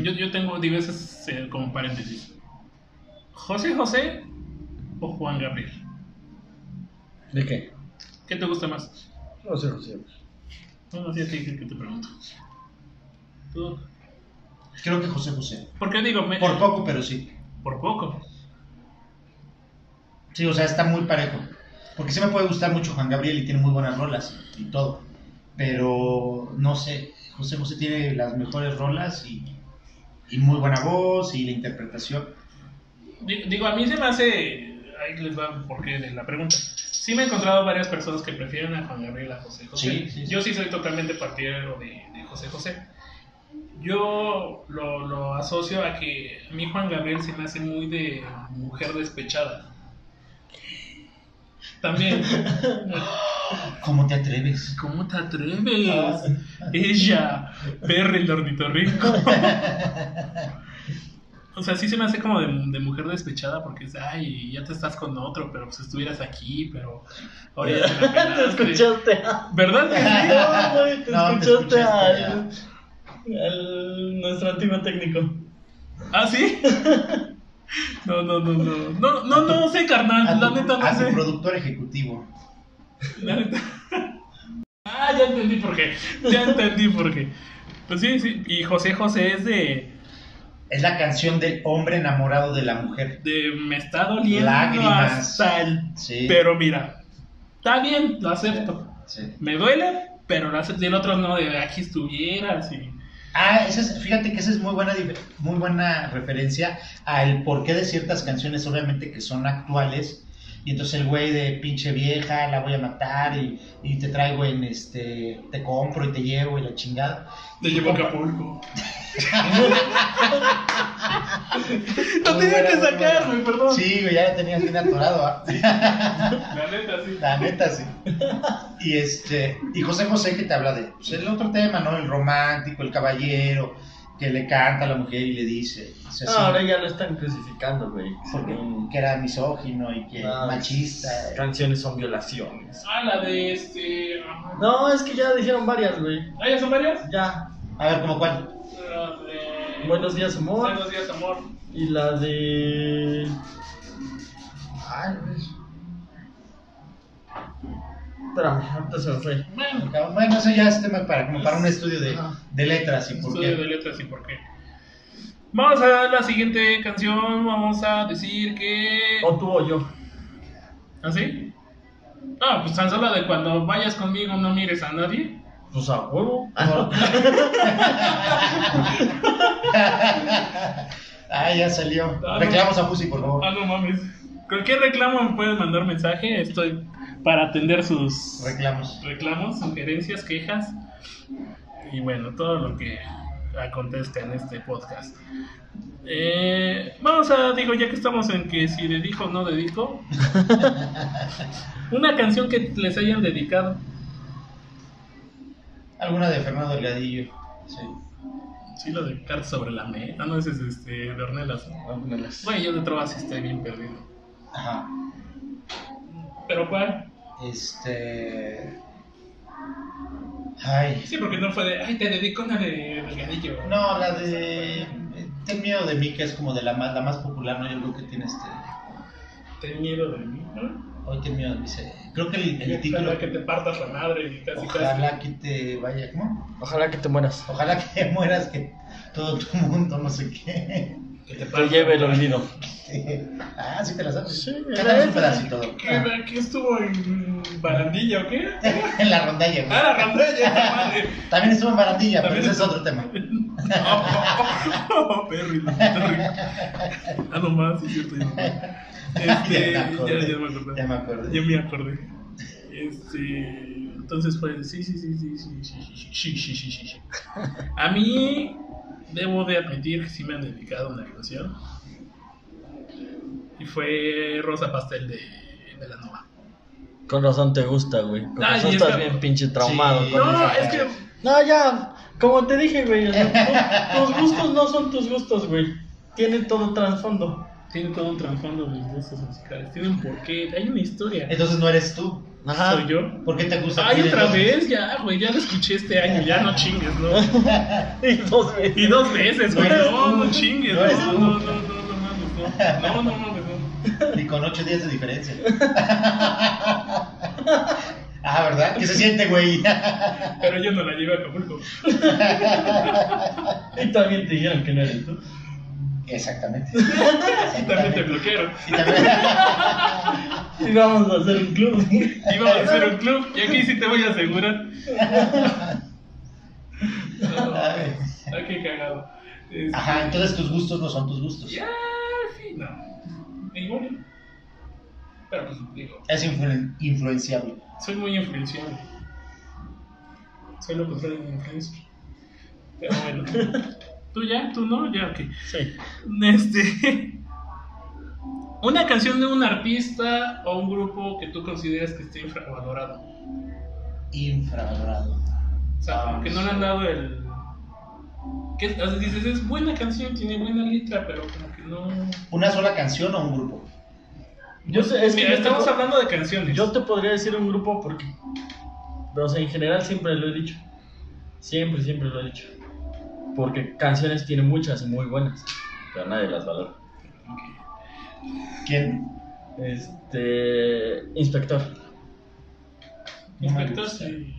S1: yo, yo tengo diversas eh, como paréntesis. José José o Juan Gabriel.
S2: ¿De qué?
S1: ¿Qué te gusta más?
S2: No sé, no sé.
S1: No, no sé a ti que que te pregunto. ¿Tú?
S3: Creo que José José.
S1: ¿Por qué digo? me-
S3: Por poco, pero sí.
S1: por poco.
S3: Sí, o sea, está muy parejo. Porque sí me puede gustar mucho Juan Gabriel y tiene muy buenas rolas y todo. Pero no sé, José José tiene las mejores rolas y, y muy buena voz y la interpretación.
S1: Di- Digo, a mí se me hace. Ahí les va por qué de la pregunta. Sí, me he encontrado varias personas que prefieren a Juan Gabriel a José José.
S3: Sí, sí, sí.
S1: Yo sí soy totalmente partidario de, de José José. Yo lo, lo asocio a que a mí Juan Gabriel se me hace muy de mujer despechada. También.
S3: ¿Cómo te atreves?
S1: ¿Cómo te atreves? Ella, perro el ornitorrinco. O sea, sí se me hace como de, de mujer despechada porque es, ay, ya te estás con otro, pero pues estuvieras aquí, pero ahora ya te la
S4: Te
S1: pelaste".
S4: escuchaste.
S1: ¿Verdad que sí?
S4: No, güey, te
S3: No, te
S4: escuchaste,
S3: escuchaste
S4: al, al- nuestro antiguo técnico.
S1: ¿Ah, sí? No, no, no, no. No, no, no sé, carnal. La
S3: A tu,
S1: neta
S3: a
S1: no
S3: tu
S1: sé.
S3: productor ejecutivo.
S1: La neta. Ah, ya entendí por qué. Ya entendí por qué. Pues sí, sí. Y José José es de.
S3: Es la canción del hombre enamorado de la mujer.
S1: de me está doliendo
S3: Lágrimas.
S1: hasta el
S3: Sí.
S1: Pero mira, está bien, lo acepto.
S3: Sí.
S1: Me duele, pero lo acepto. Y el otro no, de aquí estuvieras. Y...
S3: Ah, esa es- fíjate que esa es muy buena, dif- muy buena referencia al porqué de ciertas canciones, obviamente que son actuales. Y entonces el güey de pinche vieja, la voy a matar y, y te traigo en este, te compro y te llevo y la chingada.
S1: Te llevo a Acapulco. lo
S3: Muy
S1: tenía
S3: buena,
S1: que
S3: muy
S1: sacar,
S3: buena.
S1: güey, perdón.
S3: Sí, güey, ya la tenías bien atorado, ¿ah?
S1: La neta, sí.
S3: la neta sí. Y este, y José José que te habla de, pues, el otro tema, ¿no? El romántico, el caballero, que le canta a la mujer y le dice, o sea,
S1: Ah,
S3: sí,
S2: ahora ya lo están crucificando, güey.
S3: porque-
S2: Según-
S3: que era misógino y que
S2: Ah,
S3: machista.
S2: esas Canciones son violaciones.
S1: Ah, la de este. ajá.
S2: No, es que ya dijeron varias, güey.
S1: ¿Ah, ya son varias?
S2: Ya.
S3: A ver, ¿cómo cuál?
S1: La de-
S2: Buenos días, amor.
S1: Buenos días, amor.
S2: Y la de. Ay, güey. Espérame, ahorita se me fue.
S1: Bueno,
S3: Bueno, eso ya es tema para, como para un estudio de, de letras y por
S1: estudio de
S3: qué.
S1: letras y por qué. Vamos a la siguiente canción. Vamos a decir que.
S2: O tú o yo.
S1: ¿Ah, sí? Ah, pues tan solo de cuando vayas conmigo no mires a nadie.
S2: Pues a huevo.
S3: Ah, ya salió.
S1: Ah, no.
S3: Reclamos a Fusi, por favor.
S1: Ah, no mames. Cualquier reclamo me puedes mandar mensaje. Estoy para atender sus
S3: Reclamos.
S1: reclamos, sugerencias, quejas. Y bueno, todo lo que acontezca en este podcast. Eh, vamos a, digo, ya que estamos en que si dedico o no dedico. una canción que les hayan dedicado.
S3: Alguna de Fernando Delgadillo. Sí.
S1: Sí, lo de cartas sobre la mesa. Ah, no, ese es este, de Ornelas. ¿no?
S2: Algunas.
S1: Bueno, yo de Trovas sí estoy bien perdido.
S3: Ajá.
S1: ¿Pero cuál?
S3: Este. Ay.
S1: Sí, porque no fue de, ay, te dedico una de Delgadillo.
S3: No, la de. Ten miedo de mí, que es como de la más, la más popular, ¿no? Yo creo que tiene este.
S1: Ten miedo de mí, ¿no?
S3: Hoy ten miedo de mí. se- Creo que el, el título.
S1: Ojalá que te partas la madre y casi casi.
S3: Ojalá que te vaya. ¿Cómo?
S2: Ojalá que te mueras.
S3: Ojalá que mueras, que todo tu mundo, no sé qué.
S1: Que te
S2: Te
S1: partas
S2: lleve el
S1: la madre.
S2: olvido.
S3: Ah, sí te la sabes.
S2: Sí,
S3: Cantamos un
S2: esa.
S3: pedacito. Ah,
S1: ¿Qué, ¿Qué estuvo en barandilla o qué?
S3: en la rondalla, güey.
S1: Ah, la randalla, esa madre.
S3: También estuvo en barandilla, pero
S1: También
S3: ese es
S1: estuvo-
S3: otro tema.
S1: Oh, oh, oh, oh, perro, perro. Ah, no más, sí, cierto. ya no más. Este,
S3: Ya
S1: ya,
S3: me
S1: ya,
S3: acordé.
S1: me acordé.
S3: Ya me acuerdo.
S1: Ya me acordé. Este, entonces fue, sí, sí, sí, sí, sí, sí, sí, sí, sí, sí, sí, sí. A mí debo de admitir que sí me han dedicado una canción. Y fue Rosa Pastel de, de la Nova.
S2: Con razón te gusta, güey. Con
S1: Ay,
S2: razón
S1: es
S2: estás
S1: que-
S2: bien pinche traumado.
S3: Sí.
S2: con
S1: No,
S2: esa
S1: es que
S2: madre. No, ya. Como te dije, güey. o sea, tus tus gustos no son tus gustos, güey. Tienen todo trasfondo.
S1: tiene todo un trasfondo de gustos musicales. Tiene un porqué, hay una historia.
S3: Entonces no eres tú.
S2: Ajá.
S1: Soy yo.
S3: ¿Por qué te gusta?
S1: Ay,
S3: Queen,
S1: otra
S3: entonces?
S1: vez, ya, güey, ya lo escuché este año, ya no chingues, ¿no?
S2: Y dos veces.
S1: Y dos veces, güey,
S3: No eres
S1: no,
S3: tú.
S1: no chingues,
S3: No
S1: no,
S3: eres
S1: no,
S3: tú.
S1: no, no, no, no, no, no, no, no, no, no,
S3: Y con ocho días de diferencia. ah, ¿verdad? ¿Qué se siente, güey?
S1: pero yo no la llevé a Acapulco.
S2: Y también te dijeron que no eres tú.
S3: Exactamente.
S1: Y también te bloquearon.
S3: Y también-
S2: Y vamos a hacer un club.
S1: Íbamos a hacer un club, y aquí sí te voy a asegurar. No,
S3: Ay.
S1: ay, qué cagado. Este,
S3: Ajá, entonces tus gustos no son tus gustos.
S1: Ya, sí, no. Igual. Pero pues digo,
S3: Es influ- influenciable.
S1: soy muy influenciable. Soy lo contrario de una influencia. Pero bueno. ¿Tú ya? ¿Tú no? Ya, ok.
S2: Sí.
S1: Este. Una canción de un artista o un grupo que tú consideras que esté infravalorado.
S3: Infravalorado.
S1: O sea,
S2: Ah,
S1: como que no le han dado el. Que, o sea, dices, es buena canción, tiene buena letra, pero como que no.
S3: ¿Una sola canción o un grupo?
S2: Yo sé, es que
S1: Mira,
S2: yo
S1: estamos
S2: tengo-
S1: hablando de canciones.
S2: Yo te podría decir un grupo porque. Pero, o sea, en general siempre lo he dicho. Siempre, siempre lo he dicho. Porque canciones tiene muchas y muy buenas. Pero nadie las valora.
S3: ¿Quién?
S2: Este. Inspector.
S1: Inspector, sí.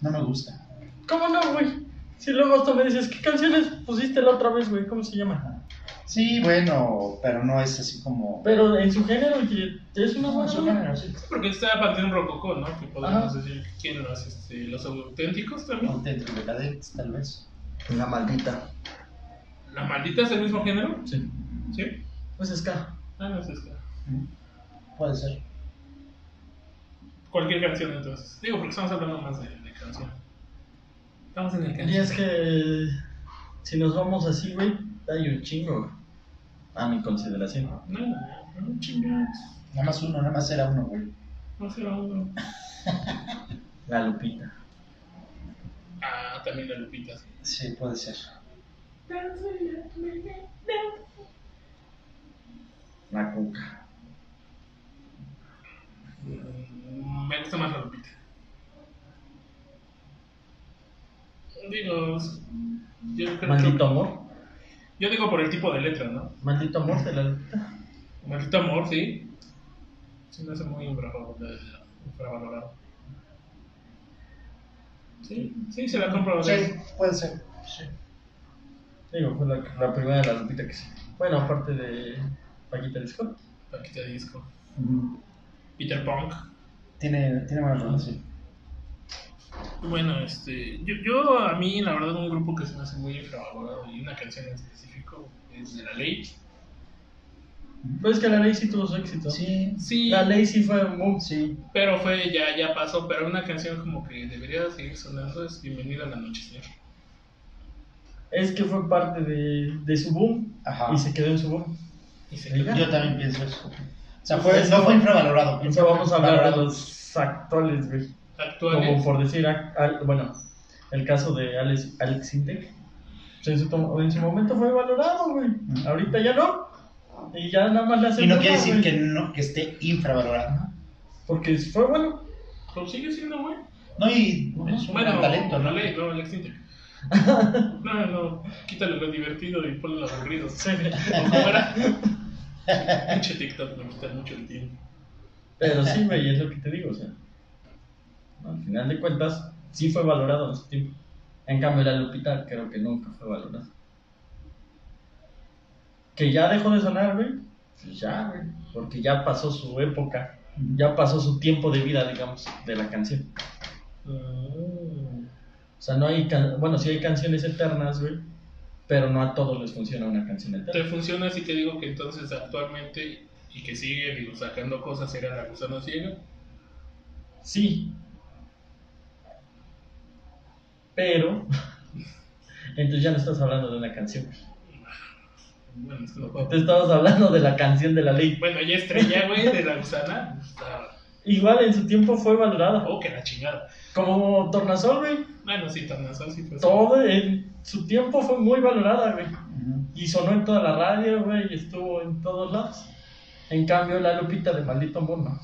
S3: No me gusta.
S2: ¿Cómo no, güey? Si luego hasta me dices, ¿qué canciones pusiste la otra vez, güey? ¿Cómo se llama?
S3: Sí, bueno, pero no es así como.
S2: Pero en su género, que es una buena.
S3: Su género, sí.
S1: Porque este está Panteón Rococó, ¿no? Que podemos
S2: Ajá.
S1: decir quién los, este, los auténticos también.
S3: Auténticos decadentes, tal vez.
S5: La maldita.
S1: La maldita es el mismo género,
S2: Sí.
S1: ¿sí?
S2: Pues es K.
S1: Ah, no es esta.
S3: Mm, Puede ser.
S1: Cualquier canción, entonces. Digo, porque estamos hablando más de, de canción. Estamos en el
S2: Y
S1: canción.
S2: es que. Si nos vamos así, güey, hay un chingo, güey. A mi consideración.
S1: No, no, no chingados.
S3: Nada más uno, nada más era uno, güey.
S1: No será uno.
S2: La Lupita.
S1: Ah, también la Lupita. sí.
S3: Sí, puede ser.
S2: La Cuca.
S1: Mm, Me gusta más la Lupita. Digo, yo creo
S2: Maldito
S1: que.
S2: amor.
S1: Yo digo por el tipo de letra, ¿no?
S2: Maldito amor de la Lupita.
S1: Maldito amor, sí. Se me hace muy infravalo- eh, infravalorado. Sí, sí, se la compro.
S3: Sí, puede ser. Sí.
S2: Digo, fue la, la primera de la Lupita que sí. Bueno, aparte de Paquita Disco.
S1: Paquita de disco. Peter Punk.
S3: Tiene, tiene buena relación.
S1: Bueno, este. Yo, yo, a mí, la verdad, un grupo que se me hace muy infravalorado y una canción en específico es de la ley.
S2: Pues es que la ley sí tuvo su éxito.
S3: Sí.
S1: Sí,
S2: La ley sí fue un boom.
S3: Sí.
S1: pero fue, ya, ya pasó. Pero una canción como que debería seguir sonando es Bienvenida a la Noche, señor.
S2: Es que fue parte de, de su boom
S3: Ajá.
S2: y se quedó en su boom.
S1: Y se
S2: Oiga.
S3: Yo también pienso eso. O sea, fue, no fue infravalorado.
S2: Ahorita vamos a hablar de los actuales, güey. Como
S1: actuales.
S2: por decir, a- al- bueno, el caso de Alex, Alex Intec. Pues en, su tom- en su momento fue valorado, güey.
S3: Ujú.
S2: Ahorita ya no. Y ya nada más le hacen.
S3: Y no
S2: burla,
S3: quiere decir
S2: güey.
S3: que, no, que esté infravalorado.
S2: Porque fue bueno.
S1: Pues sigue siendo, güey.
S3: No, y es un gran talento,
S1: no
S3: ¿no?
S1: le, no, Alex Intec. No, no, quítale lo divertido y ponle lo aburrido.
S2: Sí.
S1: ¿Cómo era? Pinche TikTok me quita mucho el tiempo.
S2: Pero sí, güey, es lo que te digo, o sea. Al final de cuentas, sí fue valorado en su tiempo. En cambio, la Lupita creo que nunca fue valorada. Que ya dejó de sonar, güey. Pues ya, güey. Porque ya pasó su época. Ya pasó su tiempo de vida, digamos, de la canción.
S1: Ah.
S2: O sea, no hay. can- Bueno, sí hay canciones eternas, güey. Pero no a todos les funciona una canción
S1: Te
S2: eterna.
S1: funciona si te digo que entonces actualmente y que sigue digo, sacando cosas era la gusano ciega.
S2: Sí. Pero. Entonces ya no estás hablando de una canción.
S1: Bueno, es que no puedo.
S2: Te estabas hablando de la canción de la ley.
S1: Bueno, ya estrella, güey, de la gusana. pues, Está...
S2: Igual en su tiempo fue valorada.
S1: Oh, que la chingada.
S2: Como Tornasol, güey.
S1: Bueno, sí, Tornasol pues, sí fue.
S2: Todo en su tiempo fue muy valorada, güey. Y sonó en toda la radio, güey. Y estuvo en todos lados. En cambio, la Lupita de Maldito Mono.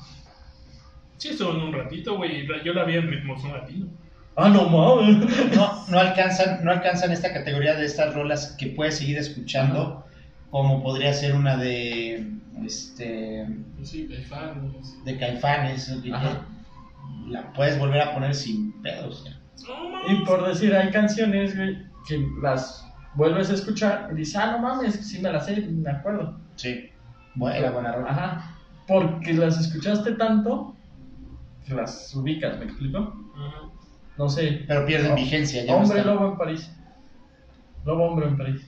S1: Sí, estuvo en un ratito, güey. la- Yo la vi en ritmos no latino.
S2: Ah, no mames.
S3: No, no alcanzan, no alcanzan esta categoría de estas rolas que puedes seguir escuchando, como podría ser una de este
S1: Pues sí, de fans.
S3: de Caifanes, o que-
S2: Ajá.
S3: la puedes volver a poner sin pedos.
S1: No
S2: Y
S1: mames.
S2: por decir, hay canciones, güey, que las vuelves a escuchar y dices, ah, no mames, sí me las sé, me acuerdo.
S3: Sí. Buena, buena rola.
S2: Ajá. Porque las escuchaste tanto, que las ubicas, ¿me explico?
S1: Ajá.
S2: No sé.
S3: Pero pierden
S2: Oh,
S3: vigencia, ya no
S2: Hombre
S3: están.
S2: lobo en París. Lobo hombre en París.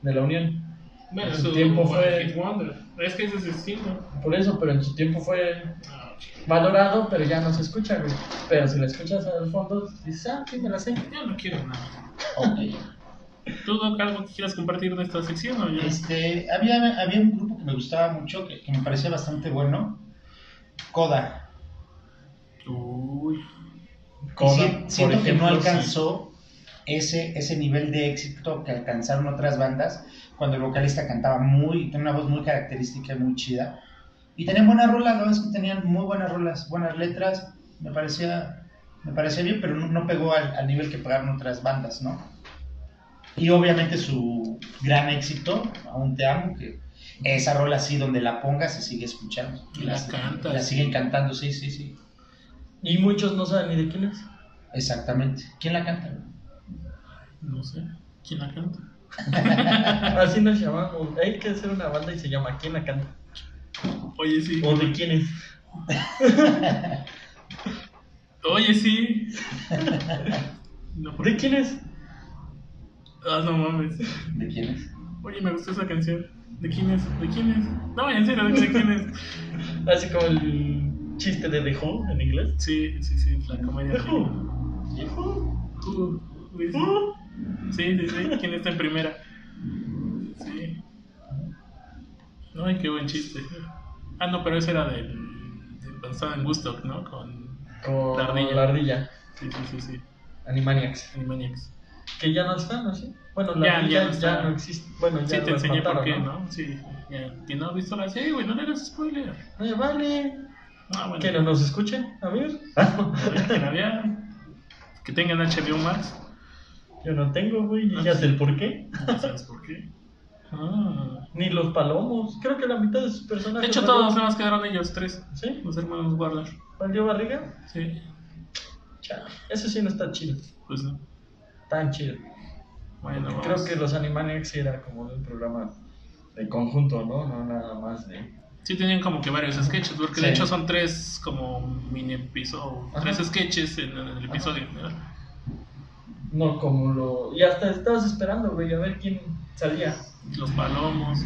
S2: De la Unión.
S1: Bueno,
S2: En
S1: eso
S2: su tiempo
S1: fue
S2: fue-
S1: el Hit Wonder. Es que ese es el estilo.
S2: Por eso, pero en su tiempo fue
S1: Ah, chingada.
S2: valorado, pero ya no se escucha, güey. Pero si la escuchas al fondo, dices, ah, sí me la sé.
S1: Ya no quiero nada.
S3: Ok.
S1: ¿Tú, Doc, algo que quieras compartir de esta sección o ya?
S3: Este, había, había un grupo que me gustaba mucho, que, que me parecía bastante bueno. Coda.
S1: Uy.
S2: Coda,
S3: Sie-
S2: por
S3: siento que no
S2: ejemplo,
S3: alcanzó ese, ese nivel de éxito que alcanzaron otras bandas cuando el vocalista cantaba muy, tenía una voz muy característica, y muy chida. Y tenían buenas rolas, la verdad es que tenían muy buenas rolas, buenas letras, me parecía, me parecía bien, pero no, no pegó al, al nivel que pegaron otras bandas, ¿no? Y obviamente su gran éxito, Aún Te Amo, que esa rola sí, donde la ponga se sigue escuchando.
S1: Y la cantas.
S3: La siguen cantando, sí, sí, sí.
S2: Y muchos no saben ni de quién es.
S3: Exactamente. ¿Quién la canta?
S1: No sé. ¿Quién la canta?
S2: Así nos llamamos. Hay que hacer una banda y se llama ¿Quién la canta?
S1: Oye, sí.
S2: ¿O de quién es?
S1: Oye, sí. No, por-
S2: ¿De quién es?
S1: Ah, no mames.
S3: ¿De quién es?
S1: Oye, me gustó esa canción. ¿De quién es? ¿De quién es? No, en serio, ¿de quién es?
S2: Así como el chiste de The Who en inglés.
S1: Sí, sí, sí, la comedia.
S2: The Who. The Who.
S1: Uh, sí, sí.
S2: Uh.
S1: Sí, sí, sí. ¿Quién está en primera? Sí. No, ay, qué buen chiste. Ah, no, pero ese era del. del cuando estaba en Woodstock, ¿no? Con.
S2: Con
S1: La ardilla.
S2: la ardilla.
S1: Sí, sí, sí, sí.
S2: Animaniacs.
S1: Animaniacs.
S2: Que ya no están, ¿no? Sí. Bueno, la
S1: Ya,
S2: ardilla
S1: ya
S2: ya,
S1: no está.
S2: no existe. Bueno, ya
S1: Sí, te
S2: las
S1: enseñé por
S2: mataron,
S1: qué, ¿no? Sí. Ya. Que no has visto la serie, güey, no le hagas spoiler.
S2: Oye, vale.
S1: Ah, bueno.
S2: Que no nos escuchen. A ver.
S1: A ver, que la vean. Que tengan HBO Max.
S2: Yo no tengo, güey.
S1: Ah,
S2: Y ya
S1: sí.
S2: sé el por qué.
S1: No sabes por qué. Ah.
S2: Ni los palomos. Creo que la mitad de sus personajes.
S1: De hecho,
S2: valió-
S1: todos, nada más quedaron ellos tres.
S2: ¿Sí?
S1: Los hermanos Warner.
S2: ¿Valió barriga?
S1: Sí,
S2: Chale. Eso sí no está chido.
S1: pues no.
S2: Tan chido.
S1: Bueno, vamos.
S2: Creo que los Animaniacs era como un programa de conjunto, ¿no? No nada más de...
S1: Sí tenían como que varios sketches, porque de
S3: Sí.
S1: hecho son tres como mini episodios,
S2: Ajá.
S1: tres sketches en el episodio. ¿verdad?
S2: No como lo... Y hasta estabas esperando, güey, a ver quién salía.
S1: Los palomos.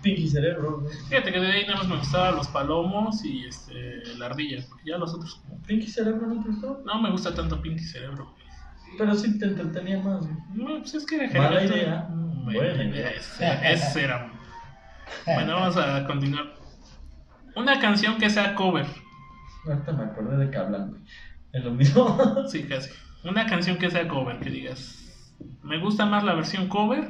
S2: Pinky Cerebro, güey.
S1: Fíjate que de ahí nada más me gustaban los palomos y este, la ardilla, porque ya los otros como-
S2: Pinky Cerebro no te gustó,
S1: No me gusta tanto Pinky Cerebro.
S2: pero sí te entretenía más, güey.
S1: No, pues es que era
S2: Mala
S1: genial.
S2: idea.
S1: Mm,
S2: Buena
S1: Buena idea.
S2: idea.
S1: Ese, ese era. Bueno, vamos a continuar. Una canción que sea cover.
S2: Ahorita me acordé de que hablan, güey. Es lo mismo.
S1: Sí, casi. Una canción que sea cover, que digas. Me gusta más la versión cover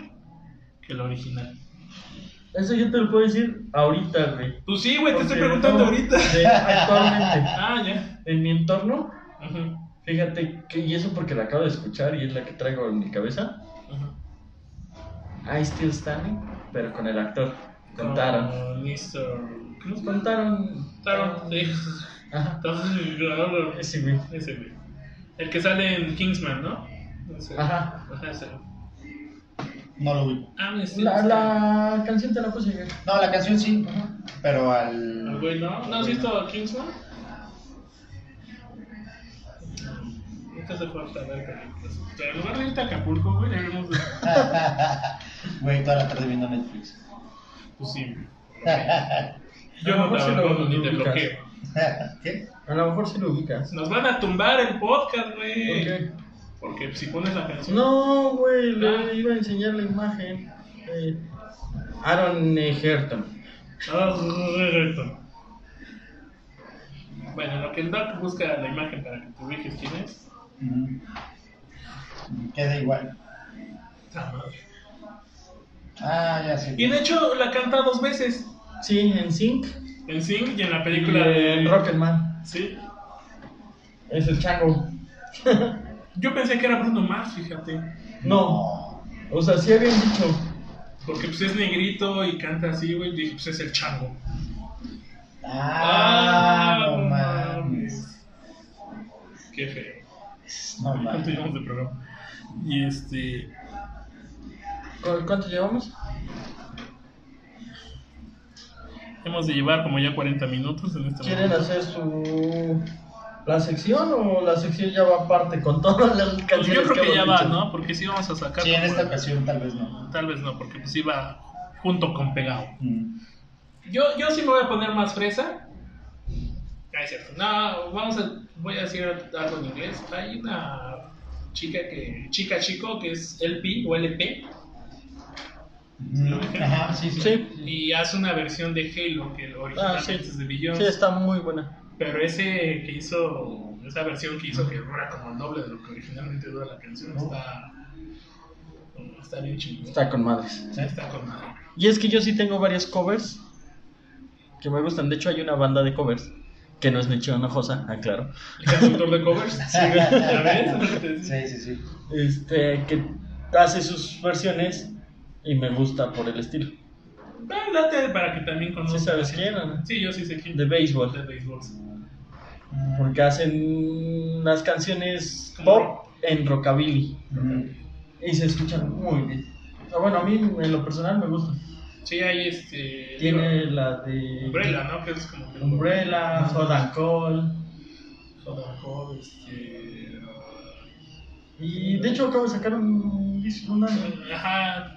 S1: que la original.
S2: Eso yo te lo puedo decir ahorita, güey.
S1: Pues sí, güey, te estoy
S2: Porque
S1: preguntando
S2: no,
S1: ahorita.
S2: de- actualmente.
S1: Ah, ya.
S2: En mi entorno,
S1: Ujú,
S2: fíjate que... Y eso porque la acabo de escuchar y es la que traigo en mi cabeza.
S1: ujú.
S2: I Still Standing, pero con el actor.
S1: Con
S2: Contaron.
S1: Mr.
S2: Nos contaron.
S1: Taron, Ah. sí.
S2: Ajá.
S1: Taron-
S2: Ese güey.
S1: Ese, güey. El que sale en Kingsman, ¿no? Ese.
S2: Ajá.
S1: Ajá, ese.
S3: No lo ubico.
S1: Ah, este,
S2: La,
S1: este.
S2: la canción te la puse yo.
S3: No, la canción sí,
S2: Ajá.
S3: pero
S1: Ah,
S3: al.
S1: güey, ¿no? ¿No has visto Kingsman? Nunca se fue a ver películas. Pero en lugar de irte a Acapulco, güey, ya vemos.
S3: Güey, toda la tarde viendo Netflix.
S1: Pues sí. güey. Yo
S2: A
S1: no
S2: lo mejor
S1: te
S2: sí lo
S1: abandono ni te
S2: ubicas.
S1: bloqueo.
S3: ¿Qué?
S2: A lo mejor sí lo ubicas.
S1: Nos van a tumbar el podcast,
S2: ¿Por
S1: güey.
S2: qué?
S1: Porque si pones la canción.
S2: No, güey,
S1: Ah.
S2: le iba a enseñar la imagen. Eh, Aaron Egerton.
S1: Ah, correcto. Bueno, en lo que el Doc busca la imagen para que tú ubiques quién es.
S3: Mm. Me Queda igual.
S1: Ah, madre.
S3: Ah, ya sé.
S1: Y de hecho la canta dos veces.
S2: Sí, en Sync.
S1: En Sing y en la
S2: y
S1: película
S2: En
S1: de
S2: Rocketman.
S1: Sí.
S2: Es el chango.
S1: Yo pensé que era Bruno Mars, fíjate.
S2: No, o sea, sí habían dicho.
S1: Porque pues es negrito y canta así, güey. Dije, pues es el chango.
S3: Ah, no
S1: no
S3: mames.
S1: Qué feo.
S3: No
S1: ¿Cuánto
S3: mames.
S1: llevamos de programa? Y este.
S2: ¿Cu- ¿Cuánto llevamos?
S1: Hemos de llevar como ya 40 minutos en este
S2: ¿Quieren
S1: momento.
S2: hacer su. la sección o la sección ya va aparte con todas las
S1: Pues,
S2: canciones?
S1: yo creo que ya
S2: hemos
S1: va,
S2: dicho?
S1: ¿no? Porque sí vamos a sacar.
S3: Sí, en
S1: como-
S3: esta ocasión tal vez no.
S1: Tal vez no, porque pues iba junto con pegado.
S3: Mm.
S1: Yo, yo sí me voy a poner más fresa. Ah, es cierto. No, vamos a, voy a decir algo en inglés. Hay una chica que, chica chico, que es LP o LP,
S3: Mm, Ajá, sí, sí.
S2: Sí,
S1: y hace una versión de Halo, que originalmente
S2: Ah, sí.
S1: es de
S2: sí,
S1: Beyoncé.
S2: está muy buena.
S1: Pero ese que hizo, esa versión que hizo que dura como el doble de lo que originalmente dura la canción, está, está bien chingón.
S2: Está con madres.
S1: Está con madre.
S2: Y es que yo sí tengo varias covers que me gustan. De hecho, hay una banda de covers que no es Nichio Hinojosa, aclaro.
S1: El conductor de covers. ¿Ya ves?
S3: Sí, sí, sí.
S2: Este, que hace sus versiones y me gusta por el estilo.
S1: Ah, Date para que también conozcas.
S2: ¿Sí sabes quién o no?
S1: Sí, yo sí sé quién.
S2: De béisbol.
S1: De béisbol. sí.
S2: Porque hacen unas canciones
S1: Como
S2: pop en rockabilly
S3: Mm.
S2: y se escuchan muy bien. O sea, bueno, a mí en lo personal me gusta.
S1: Sí, hay este.
S2: Tiene
S1: digo,
S2: la de
S1: Umbrella, ¿no? Que es como que.
S2: Umbrella, Soda Call.
S1: Soda Hop, este.
S2: Y de hecho acabo de sacar un disco, una-
S1: ah, Ajá.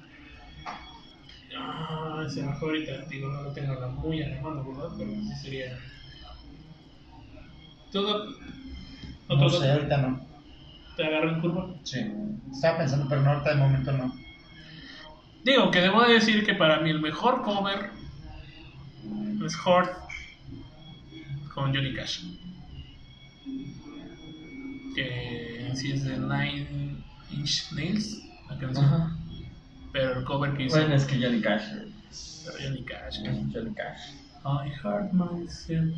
S1: Ah, se me fue ahorita. Digo, no lo tengo la muy a la mano, ¿verdad? Pero sí sería. Todo.
S3: No sé, ahorita no.
S1: Te agarro en curva.
S3: Sí. Estaba pensando, pero no, ahorita de momento no.
S1: Digo que debo decir que para mí el mejor cover es Horde con Johnny Cash. Que en sí es de Nine Inch Nails, la canción.
S2: Ajá.
S1: Pero el cover que hizo
S2: Bueno, es que Johnny Cash. güey.
S1: pero Johnny Cash. que-
S2: Johnny Cash.
S1: I Heart Myself.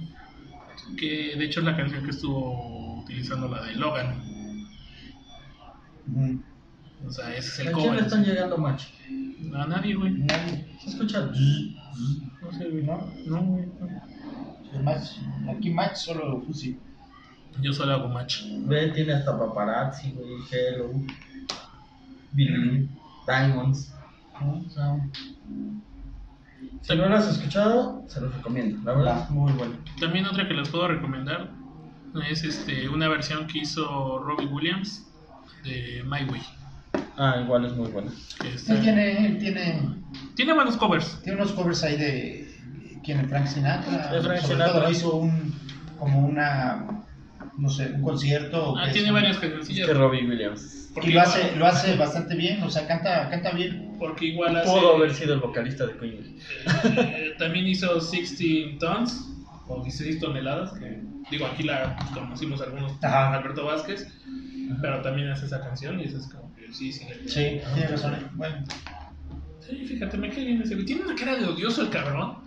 S1: Que de hecho es la canción que estuvo utilizando la de Logan.
S3: Mm.
S1: O sea, ese es
S2: ¿A
S1: el
S2: quién le
S1: cover.
S2: están llegando match?
S1: No, a nadie, güey.
S3: Nadie,
S2: ¿Se escucha?
S1: No sé, güey.
S3: ¿no?
S1: No, güey. no.
S3: El match, aquí match solo Fusi.
S1: Yo solo hago match.
S2: Ve, tiene hasta paparazzi, güey, Hello, Billy, Diamonds. ¿no? O sea, si no lo has escuchado, se los recomiendo. La verdad, es muy bueno.
S1: También otra que les puedo recomendar es este una versión que hizo Robbie Williams de My Way.
S2: Ah, igual es muy bueno.
S1: que
S3: Sí,
S1: está-
S3: tiene, él tiene,
S1: tiene buenos covers.
S3: tiene unos covers ahí de quién Frank Sinatra.
S2: De Frank
S3: Sobre
S2: Sinatra.
S3: todo hizo un como una no sé, un concierto.
S1: Ah,
S3: que
S1: tiene
S3: es-
S1: varias
S2: Es que
S1: cancioncillas.
S2: Robbie Williams
S1: Porque
S3: Y lo
S1: igual,
S3: hace, lo hace bastante bien, o sea, canta, canta bien.
S1: porque igual hace-
S2: pudo haber sido el vocalista de Queen.
S1: eh, también hizo 16 tons o 16 toneladas. Que, digo, aquí la conocimos algunos
S3: Ajá.
S1: con Alberto Vázquez. Pero también hace esa canción y esa es como que sí, sí. le-
S3: Sí, tiene razón. eh. Bueno,
S1: Sí, fíjate, me cae bien ese güey. Tiene una cara de odioso el cabrón.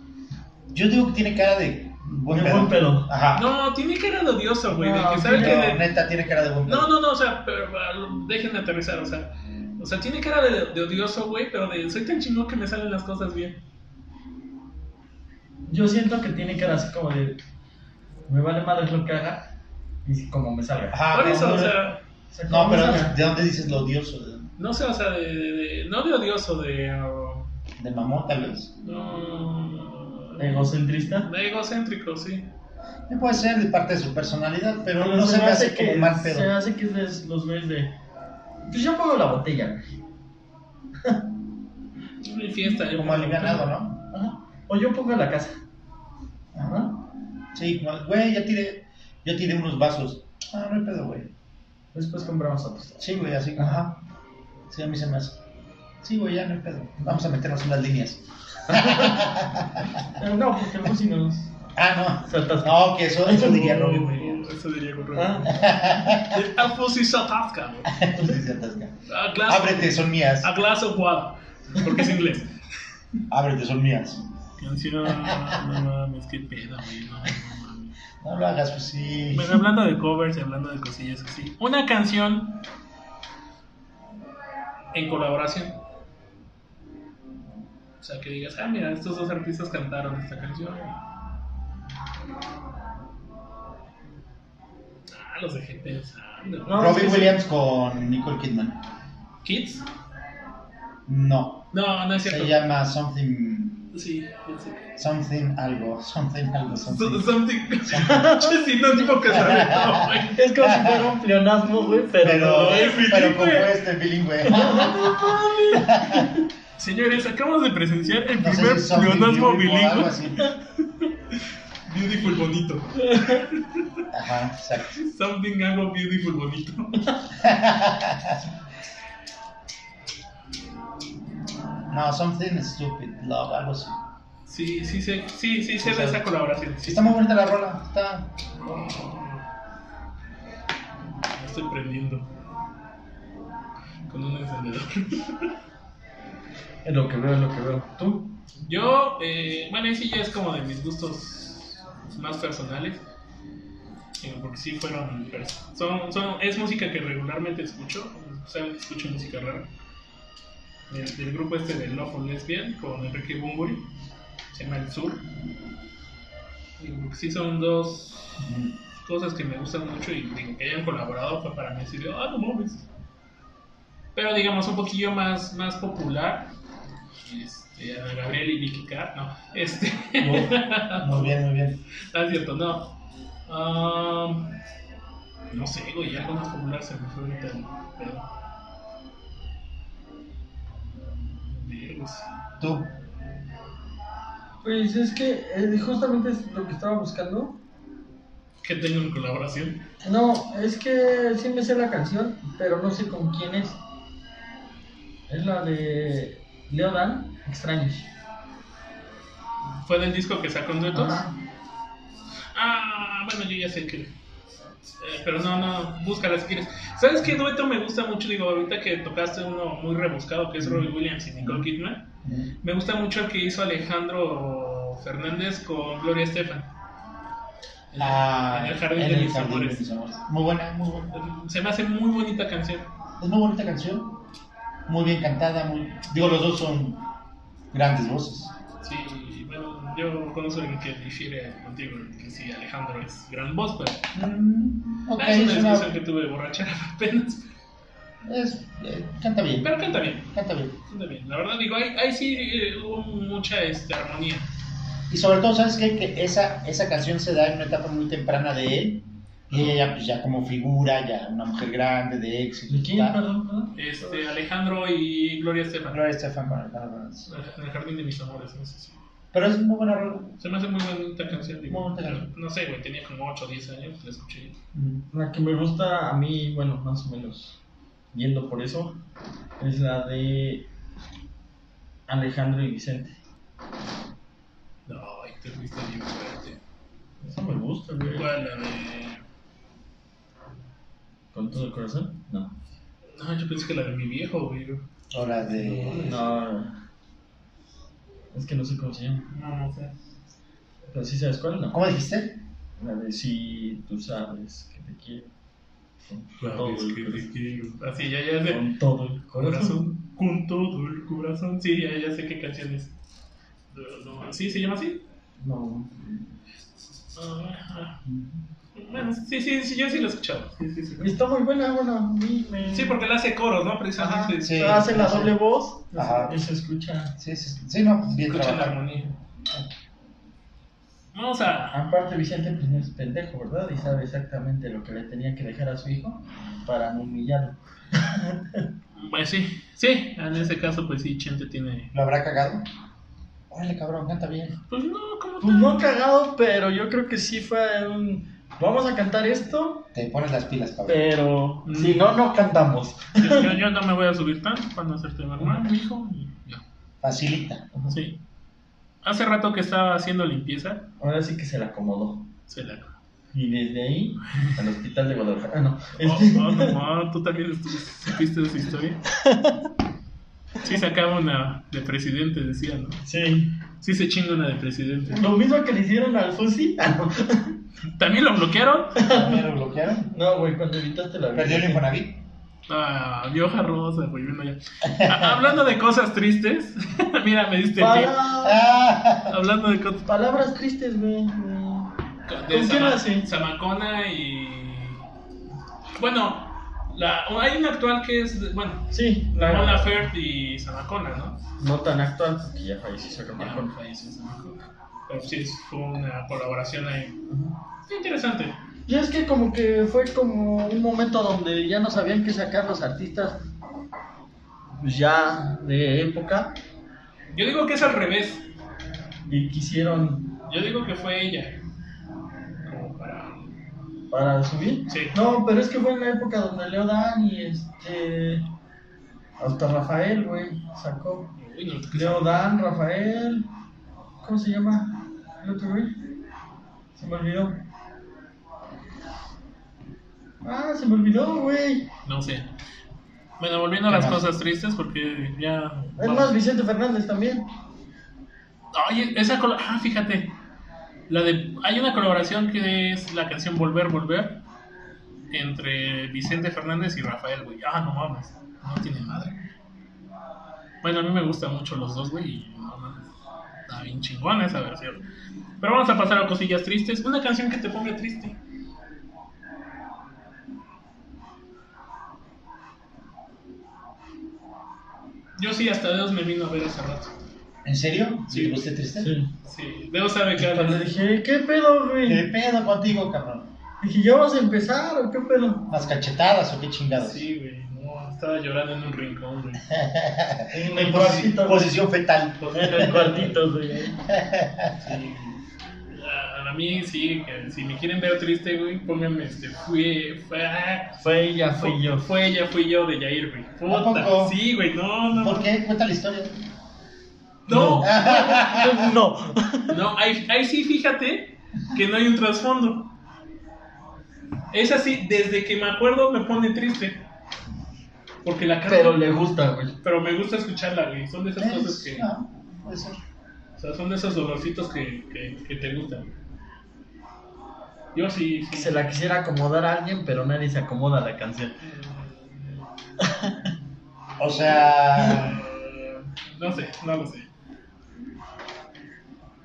S3: yo digo que tiene cara de buen
S2: De
S3: pedo.
S2: buen pedo.
S3: Ajá.
S1: No, tiene cara de odioso, güey. de
S2: No,
S1: que sabe que
S3: Pero
S1: de-
S3: neta tiene cara de buen pedo.
S1: No, no, no, o sea, pero, ah, déjenme aterrizar, o sea, o sea, tiene cara de, de odioso, güey, pero de soy tan chingón que me salen las cosas bien.
S2: Yo siento que tiene cara así como de. Me vale madre lo que haga y como me salga.
S3: Ajá,
S1: Por
S3: no,
S1: eso,
S3: no,
S1: o sea,
S2: O sea,
S3: No,
S2: como me
S3: pero
S2: salga.
S3: ¿de dónde dices lo odioso? ¿De,
S1: no sé, o sea, de, de- de- no de odioso, de... ah,
S3: de mamón, tal vez?
S1: no,
S2: Egocentrista.
S1: de egocéntrico, sí.
S3: Sí, puede ser de parte de su personalidad, pero
S2: Pero
S3: no se me hace como
S2: que,
S3: mal
S2: Se me
S3: pedo.
S2: hace que es de los güeyes de. Pues yo pongo la botella.
S1: Mi fiesta. yo-
S3: Como alivianado, ¿no?
S2: Ajá. O yo pongo la casa.
S3: Sí, como, güey, ya tiré, yo tiré unos vasos. Ah, no hay pedo, güey.
S4: Después compramos otros.
S3: Sí, güey, así. Ajá. Sí, a mí se me hace. Sí, güey, ya no hay pedo. Vamos a meternos unas líneas.
S4: Eh, No, porque luego si nos
S3: Ah, no.
S4: saltas.
S3: No, que eso, eso diría Robbie Williams.
S1: Oh, Eso diría Robbie Williams.
S4: Ah,
S1: The apples is a Kafka, güey.
S3: Eso sí se atasca.
S1: A glass,
S3: Ábrete, son mías.
S1: a glass of water. Porque es inglés.
S3: Ábrete, son mías.
S1: Canción. No mames, qué pedo, güey. No, no mames.
S3: No lo hagas, pues sí.
S1: Bueno, hablando de covers y hablando de cosillas así. Una canción en colaboración. O sea, que digas, ah, mira, estos dos artistas cantaron esta canción. Ah, los dejé pensando.
S4: No,
S3: Robbie
S4: sí, sí.
S3: Williams con Nicole Kidman.
S1: ¿Kids?
S3: No,
S1: No, no es
S3: se
S1: cierto.
S3: llama Something.
S1: Sí, pensé que-
S3: Something algo. Something algo.
S1: So-
S3: Something.
S1: Something. Che, sinónimo que se aventó, güey.
S4: Es como si fuera un pleonasmo, güey, pero.
S3: Pero,
S1: es bilingüe.
S3: pero como este bilingüe. No
S1: Señores, acabamos de presenciar el
S3: sé si
S1: primer
S3: es something
S1: pleonasmo
S3: beautiful o algo
S1: bilingüe.
S3: así.
S1: Beautiful bonito.
S3: Ajá, exacto.
S1: Something algo beautiful bonito.
S3: No, something stupid love, algo así.
S1: Sí, sí, sí, sí, sí, se ve esa colaboración.
S3: Sí,
S1: Sí.
S3: está muy bonita la rola. Está.
S1: Me estoy prendiendo. Con un encendedor.
S2: Es lo que veo, es lo que veo. ¿Tú?
S1: Yo, eh, bueno, ahí sí ya es como de mis gustos más personales. eh, Porque sí fueron. pers- Son, son, es música que regularmente escucho. Saben que escucho música rara. Del, del grupo este de Love Lesbian con Enrique Bumburi. Se llama El Sur. Y porque sí son dos cosas que me gustan mucho y digo, que hayan colaborado fue para mí decir, ah, no mames. Pero digamos, un poquillo más, más popular. Este, Ana Gabriel y Vicky Carr, no. Este,
S3: Muy bien, muy bien.
S1: no es cierto, no. Ah, no sé, güey, algo más popular se me fue ahorita. el pedo. Vergas.
S3: Tú.
S4: Pues es que eh, justamente es lo que estaba buscando.
S1: ¿Qué tengo en colaboración?
S4: No, es que sí me sé la canción, pero no sé con quién es. Es la de Leo Dan, Extraños.
S1: ¿Fue del disco que sacó en duetos?
S4: Ajá.
S1: Ah, bueno, yo ya sé que. eh, pero no, no, búscala si quieres. ¿Sabes qué dueto me gusta mucho? Digo, ahorita que tocaste uno muy rebuscado que es Robbie Williams y Nicole Kidman. Me gusta mucho el que hizo Alejandro Fernández con Gloria Estefan.
S3: Ah,
S1: En el jardín de
S3: en el
S1: mis
S3: jardín
S1: amores.
S3: de mis amores. Muy buena, muy buena.
S1: Se me hace muy bonita canción.
S3: Es muy bonita canción. Muy bien cantada. Muy... Digo, los dos son grandes voces.
S1: Sí, bueno, yo conozco a alguien que difiere contigo, que sí, Alejandro es gran voz, pero
S3: Mm, ok,
S1: es una
S3: es una-
S1: discusión que tuve de borrachera apenas.
S3: es- eh, canta bien,
S1: Pero canta bien.
S3: canta bien.
S1: Está bien, La verdad, digo, ahí, ahí sí eh, hubo mucha este, armonía.
S3: Y sobre todo, ¿sabes qué? Que esa, esa canción se da en una etapa muy temprana de él. Y ella ya, pues, ya como figura, ya una mujer grande, de éxito.
S4: ¿De quién?
S3: tal.
S4: Perdón, perdón.
S3: Pues-
S1: Este, Alejandro y Gloria Estefan.
S3: Gloria Estefan con Alejandro Fernández.
S1: En el jardín de mis amores, no sé si.
S3: Pero es muy buena rola.
S1: Se me hace muy bonita canción, digo.
S3: Muy bonita canción.
S1: No sé, güey, tenía como 8 o 10 años, la escuché.
S2: Mm, La que me gusta a mí, bueno, más o menos, yendo por eso, es la de Alejandro y Vicente.
S1: No, ay, te fuiste bien fuerte.
S2: Esa me gusta, güey.
S1: Igual la de.
S2: ¿Con todo el corazón? No.
S1: No, yo pensé que la de mi viejo, güey. No,
S3: O la de.
S2: No. Es que no sé cómo se llama.
S1: no sé.
S2: Pero sí sabes cuál, ¿no?
S3: ¿Cómo dijiste?
S2: La de si tú sabes que te quiero. Con todo
S1: Claro, es
S2: el
S1: que te
S2: corazón.
S1: quiero. Así, ya, ya sé.
S2: Con todo el corazón.
S1: Corazón, con todo el corazón. Sí, ya, ya sé qué canción es. No, no, ¿Sí? ¿Se llama así?
S2: No.
S1: Ah, ah. Bueno, sí, sí, sí, yo sí lo he escuchado. Sí, sí, sí.
S4: Está muy buena, bueno, a mí me.
S1: Sí, porque le hace coros, ¿no? Precisamente.
S4: Ajá,
S3: sí.
S4: hace la
S3: sí.
S4: doble voz
S3: Ajá.
S4: y se escucha.
S3: Sí, sí, sí, no, pues, bien
S1: Escucha la
S3: trabajado.
S1: armonía. Vamos a.
S2: Aparte, Vicente pues, no es pendejo, ¿verdad? Y sabe exactamente lo que le tenía que dejar a su hijo para no humillarlo.
S1: Pues sí, sí, en ese caso, pues sí, Chente tiene.
S3: ¿Lo habrá cagado? Órale, cabrón, canta bien.
S1: Pues no, como
S2: Pues
S1: tal.
S2: no cagado, pero yo creo que sí fue un. Vamos a cantar esto,
S3: Te pones las pilas, cabrón.
S2: pero
S1: Mm.
S2: Eh, si no, no cantamos.
S1: Yo, yo- yo no me voy a subir tanto para no hacerte ver mal, hijo. y ya.
S3: Facilita.
S1: Sí. Hace rato que estaba haciendo limpieza,
S2: Ahora sí que se la acomodó.
S1: se la.
S2: Y desde ahí, al hospital de Guadalajara. Ah, no.
S1: Oh,
S2: Este-
S1: oh, no, tú también estu- supiste de su historia. Sí, sacaba una de presidente, decía, ¿no?
S2: Sí.
S1: Sí, se chinga una de presidente.
S2: Lo mismo que le hicieron al Fusi. Ah, no.
S1: ¿También lo bloquearon?
S3: ¿Me lo bloquearon?
S2: No, güey, cuando evitaste la
S3: Perdió el Infonavit.
S1: Ah, mi hoja rosa, güey. bueno, ya. Ah, Hablando de cosas tristes, mira, me diste pie.
S2: Para-
S3: Ah,
S1: Hablando de, co-
S2: Palabras tristes,
S1: de
S2: güey. ¿Con quién
S1: Sama-
S2: hace?
S1: Zamacona y. Bueno, la, hay una actual que es. de- Bueno,
S2: Sí,
S1: la Mola Fert y Zamacona, ¿no?
S2: No tan actual, porque ya falleció Saca
S1: Ya
S2: Marcón.
S1: falleció Zamacona. Pero sí, es- fue una colaboración ahí. Fue Interesante.
S2: Y es que como que fue como un momento donde ya no sabían qué sacar los artistas pues, ya de época
S1: Yo digo que es al revés.
S2: y quisieron
S1: Yo digo que fue ella. Como para.
S2: para subir.
S1: Sí.
S2: No, pero es que fue en la época donde Leo Dan y este hasta Rafael, güey, sacó.
S1: Uy, no, que-
S2: Leo Dan, Rafael, ¿cómo se llama? El otro güey. Se me olvidó. Ah, se me olvidó, güey.
S1: No sé. Bueno, volviendo a las
S3: ¿Qué más?
S1: cosas tristes, porque ya.
S2: Es más, Vicente Fernández también.
S1: Ay, esa col- Ah, fíjate. La de... Hay una colaboración que es la canción Volver, Volver. Entre Vicente Fernández y Rafael, güey. Ah, no mames. No tiene madre. Bueno, a mí me gustan mucho los dos, güey. Y no mames. Está bien chingona esa versión. Pero vamos a pasar a cosillas tristes. Una canción que te ponga triste. Yo sí, hasta Dios me vino a ver hace rato.
S3: ¿En serio?
S1: Sí.
S3: ¿Te gusta triste?
S1: Sí, Dios sabe que
S2: Cuando le dije, ¿qué pedo,
S3: ¿Qué
S2: güey?
S3: pedo contigo, cabrón?
S2: Dije, ¿ya vas a empezar o qué pedo?
S3: ¿Las cachetadas o qué chingados?
S1: Sí, güey, no, estaba llorando en un rincón, güey.
S2: En
S3: En posi- posición fetal.
S2: En el cuartito, güey.
S1: Sí. A, a mí sí, que si me quieren ver triste, güey, pónganme este, fui, fue, ah,
S2: Fue ella, fui yo.
S1: fue ella, fui yo de Jair, güey.
S3: ¿A poco?
S1: Puta, sí, güey, no, no.
S3: ¿Por qué? Cuenta la historia.
S1: No,
S2: No.
S1: no, ahí, ahí sí fíjate que no hay un trasfondo. Es así, desde que me acuerdo me pone triste. Porque la canto,
S2: Pero le gusta, güey.
S1: pero me gusta escucharla, güey. Son de esas cosas
S3: Es-
S1: que...
S3: ah, puede ser.
S1: O sea, son de esos dolorcitos que, que, que te gustan. Yo sí, sí.
S2: Se la quisiera acomodar a alguien, pero nadie se acomoda a la canción.
S3: O sea,
S1: Eh, No sé, no lo sé.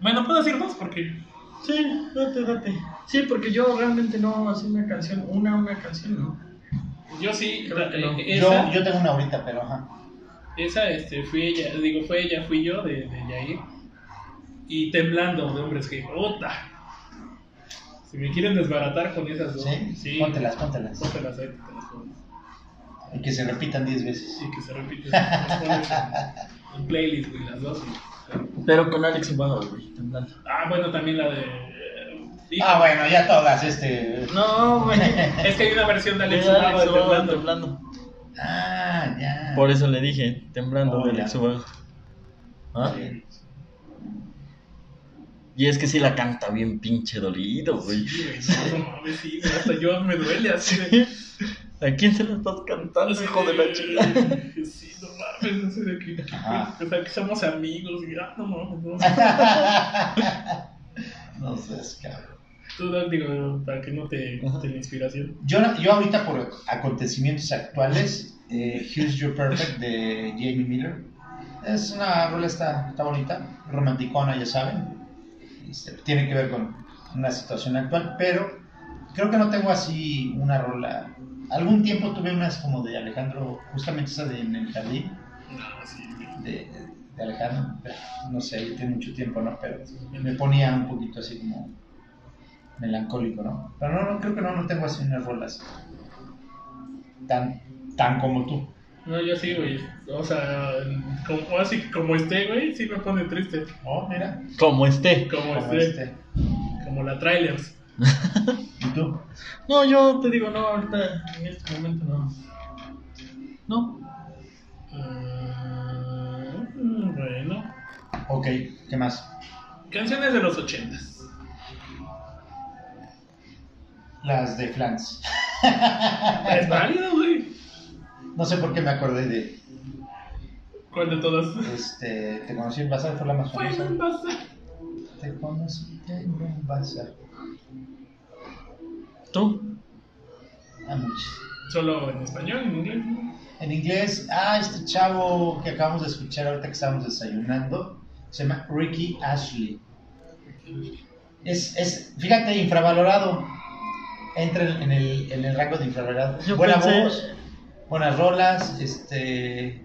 S1: Bueno, puedo decir dos porque.
S2: Sí, date, date. Sí, porque yo realmente no hacía una canción, una, una canción, ¿no?
S1: Yo sí,
S2: Creo que no.
S1: eh,
S3: yo,
S1: esa,
S3: yo tengo una ahorita, pero ajá.
S1: esa este, fui ella, digo, fue ella, fui yo de, de Yair. Y temblando de hombres que. ¡Ota! Si me quieren desbaratar con esas dos.
S3: ¿Sí? Póntelas, póntelas.
S1: Póntelas ahí, te las pones.
S3: Y que se repitan 10 veces.
S1: Y que se repite. las pones en, en playlist, güey, las dos. y-
S2: Pero con Alex Ubado, güey, temblando.
S1: Ah, bueno, también la de. eh, sí.
S3: Ah, bueno, ya todas, este.
S2: No, güey.
S1: Es que hay una versión de Alex
S2: Alex
S1: Ubago de
S2: Ubado
S1: Temblando.
S2: temblando.
S3: Ah, ya.
S2: Por eso le dije, temblando
S3: Oh,
S2: de
S3: ya.
S2: Alex Ubago. ¿Ah?
S3: Sí.
S2: Y es que sí la canta bien pinche dolido, güey.
S1: Sí, güey, no, no mames, sí, güey, hasta yo me duele así. de- "Ah,
S2: ¿A quién se la estás cantando,
S1: así
S2: hijo de la chica?
S1: Sí, no mames, no sé de qué.
S3: Ajá.
S1: O sea, que somos amigos y ah, no mames, no.
S3: No seas cabrón.
S1: Tú, Doc, digo, para que no te, te la inspiración.
S3: Yo, yo ahorita por acontecimientos actuales, eh, Here's Your Perfect de Jamie Miller. Es una rola está, está bonita, romanticona, ya saben. Este, tiene que ver con una situación actual, pero creo que no tengo así una rola. Algún tiempo tuve unas como de Alejandro, justamente esa de En el Jardín,
S1: No, sí,
S3: de, de Alejandro. pero No sé, tiene mucho tiempo, ¿no? Pero me ponía un poquito así como melancólico, ¿no? Pero no, no creo que no, no tengo así unas rolas tan, tan como tú.
S1: No, yo sí, güey. O sea, como, así que como esté, güey, sí me pone triste.
S3: Oh, mira.
S2: Como esté.
S1: Como,
S3: Como
S1: esté,
S3: este.
S1: como la trailers.
S3: ¿Y tú?
S2: No, yo te digo, no, ahorita en este momento no. No.
S1: Mm, bueno.
S3: Ok, ¿qué más?
S1: Canciones de los ochentas.
S3: Las de Flans.
S1: Es válido, güey.
S3: No sé por qué me acordé de.
S1: ¿Cuál de todas?
S3: Este, te conocí en Bazar, fue la más
S1: Fue en un
S3: famosa.
S1: bazar.
S3: Te conocí en un Bazar.
S2: ¿Tú?
S3: Ah, muchas.
S1: Solo en español, en inglés. ¿no?
S3: En inglés, ah, este chavo que acabamos de escuchar ahorita que estábamos desayunando, se llama Ricky Ashley. Es, es fíjate, infravalorado. Entra en en el, en el rango de infravalorado.
S2: Yo
S3: Buena
S2: pensé-
S3: voz, buenas rolas, este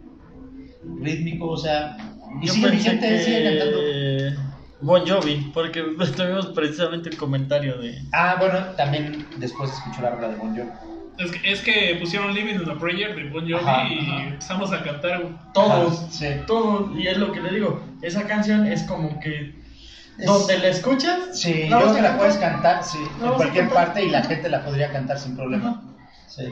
S3: rítmico, o sea, y
S2: Yo
S3: sigue
S2: pensé
S3: vigente, sigue cantando.
S2: que... Bon Jovi, porque tuvimos precisamente el comentario de...
S3: Ah, bueno, también después escuchó la rola de Bon Jovi.
S1: Es que, es que pusieron Living in a Prayer de Bon Jovi
S3: Ajá,
S1: y
S3: ajá.
S1: empezamos a cantar, güey.
S3: Ah,
S2: Todos,
S3: sí.
S2: todos, y es lo que le digo, esa canción es como que...
S3: Es-
S2: Donde la escuchas,
S3: Sí,
S2: la vas
S3: yo creo
S2: a
S3: que la
S2: cantar.
S3: puedes cantar, sí,
S2: La vas
S3: en
S2: a
S3: cualquier
S2: cantar.
S3: parte y la gente la podría cantar sin problema. Sí.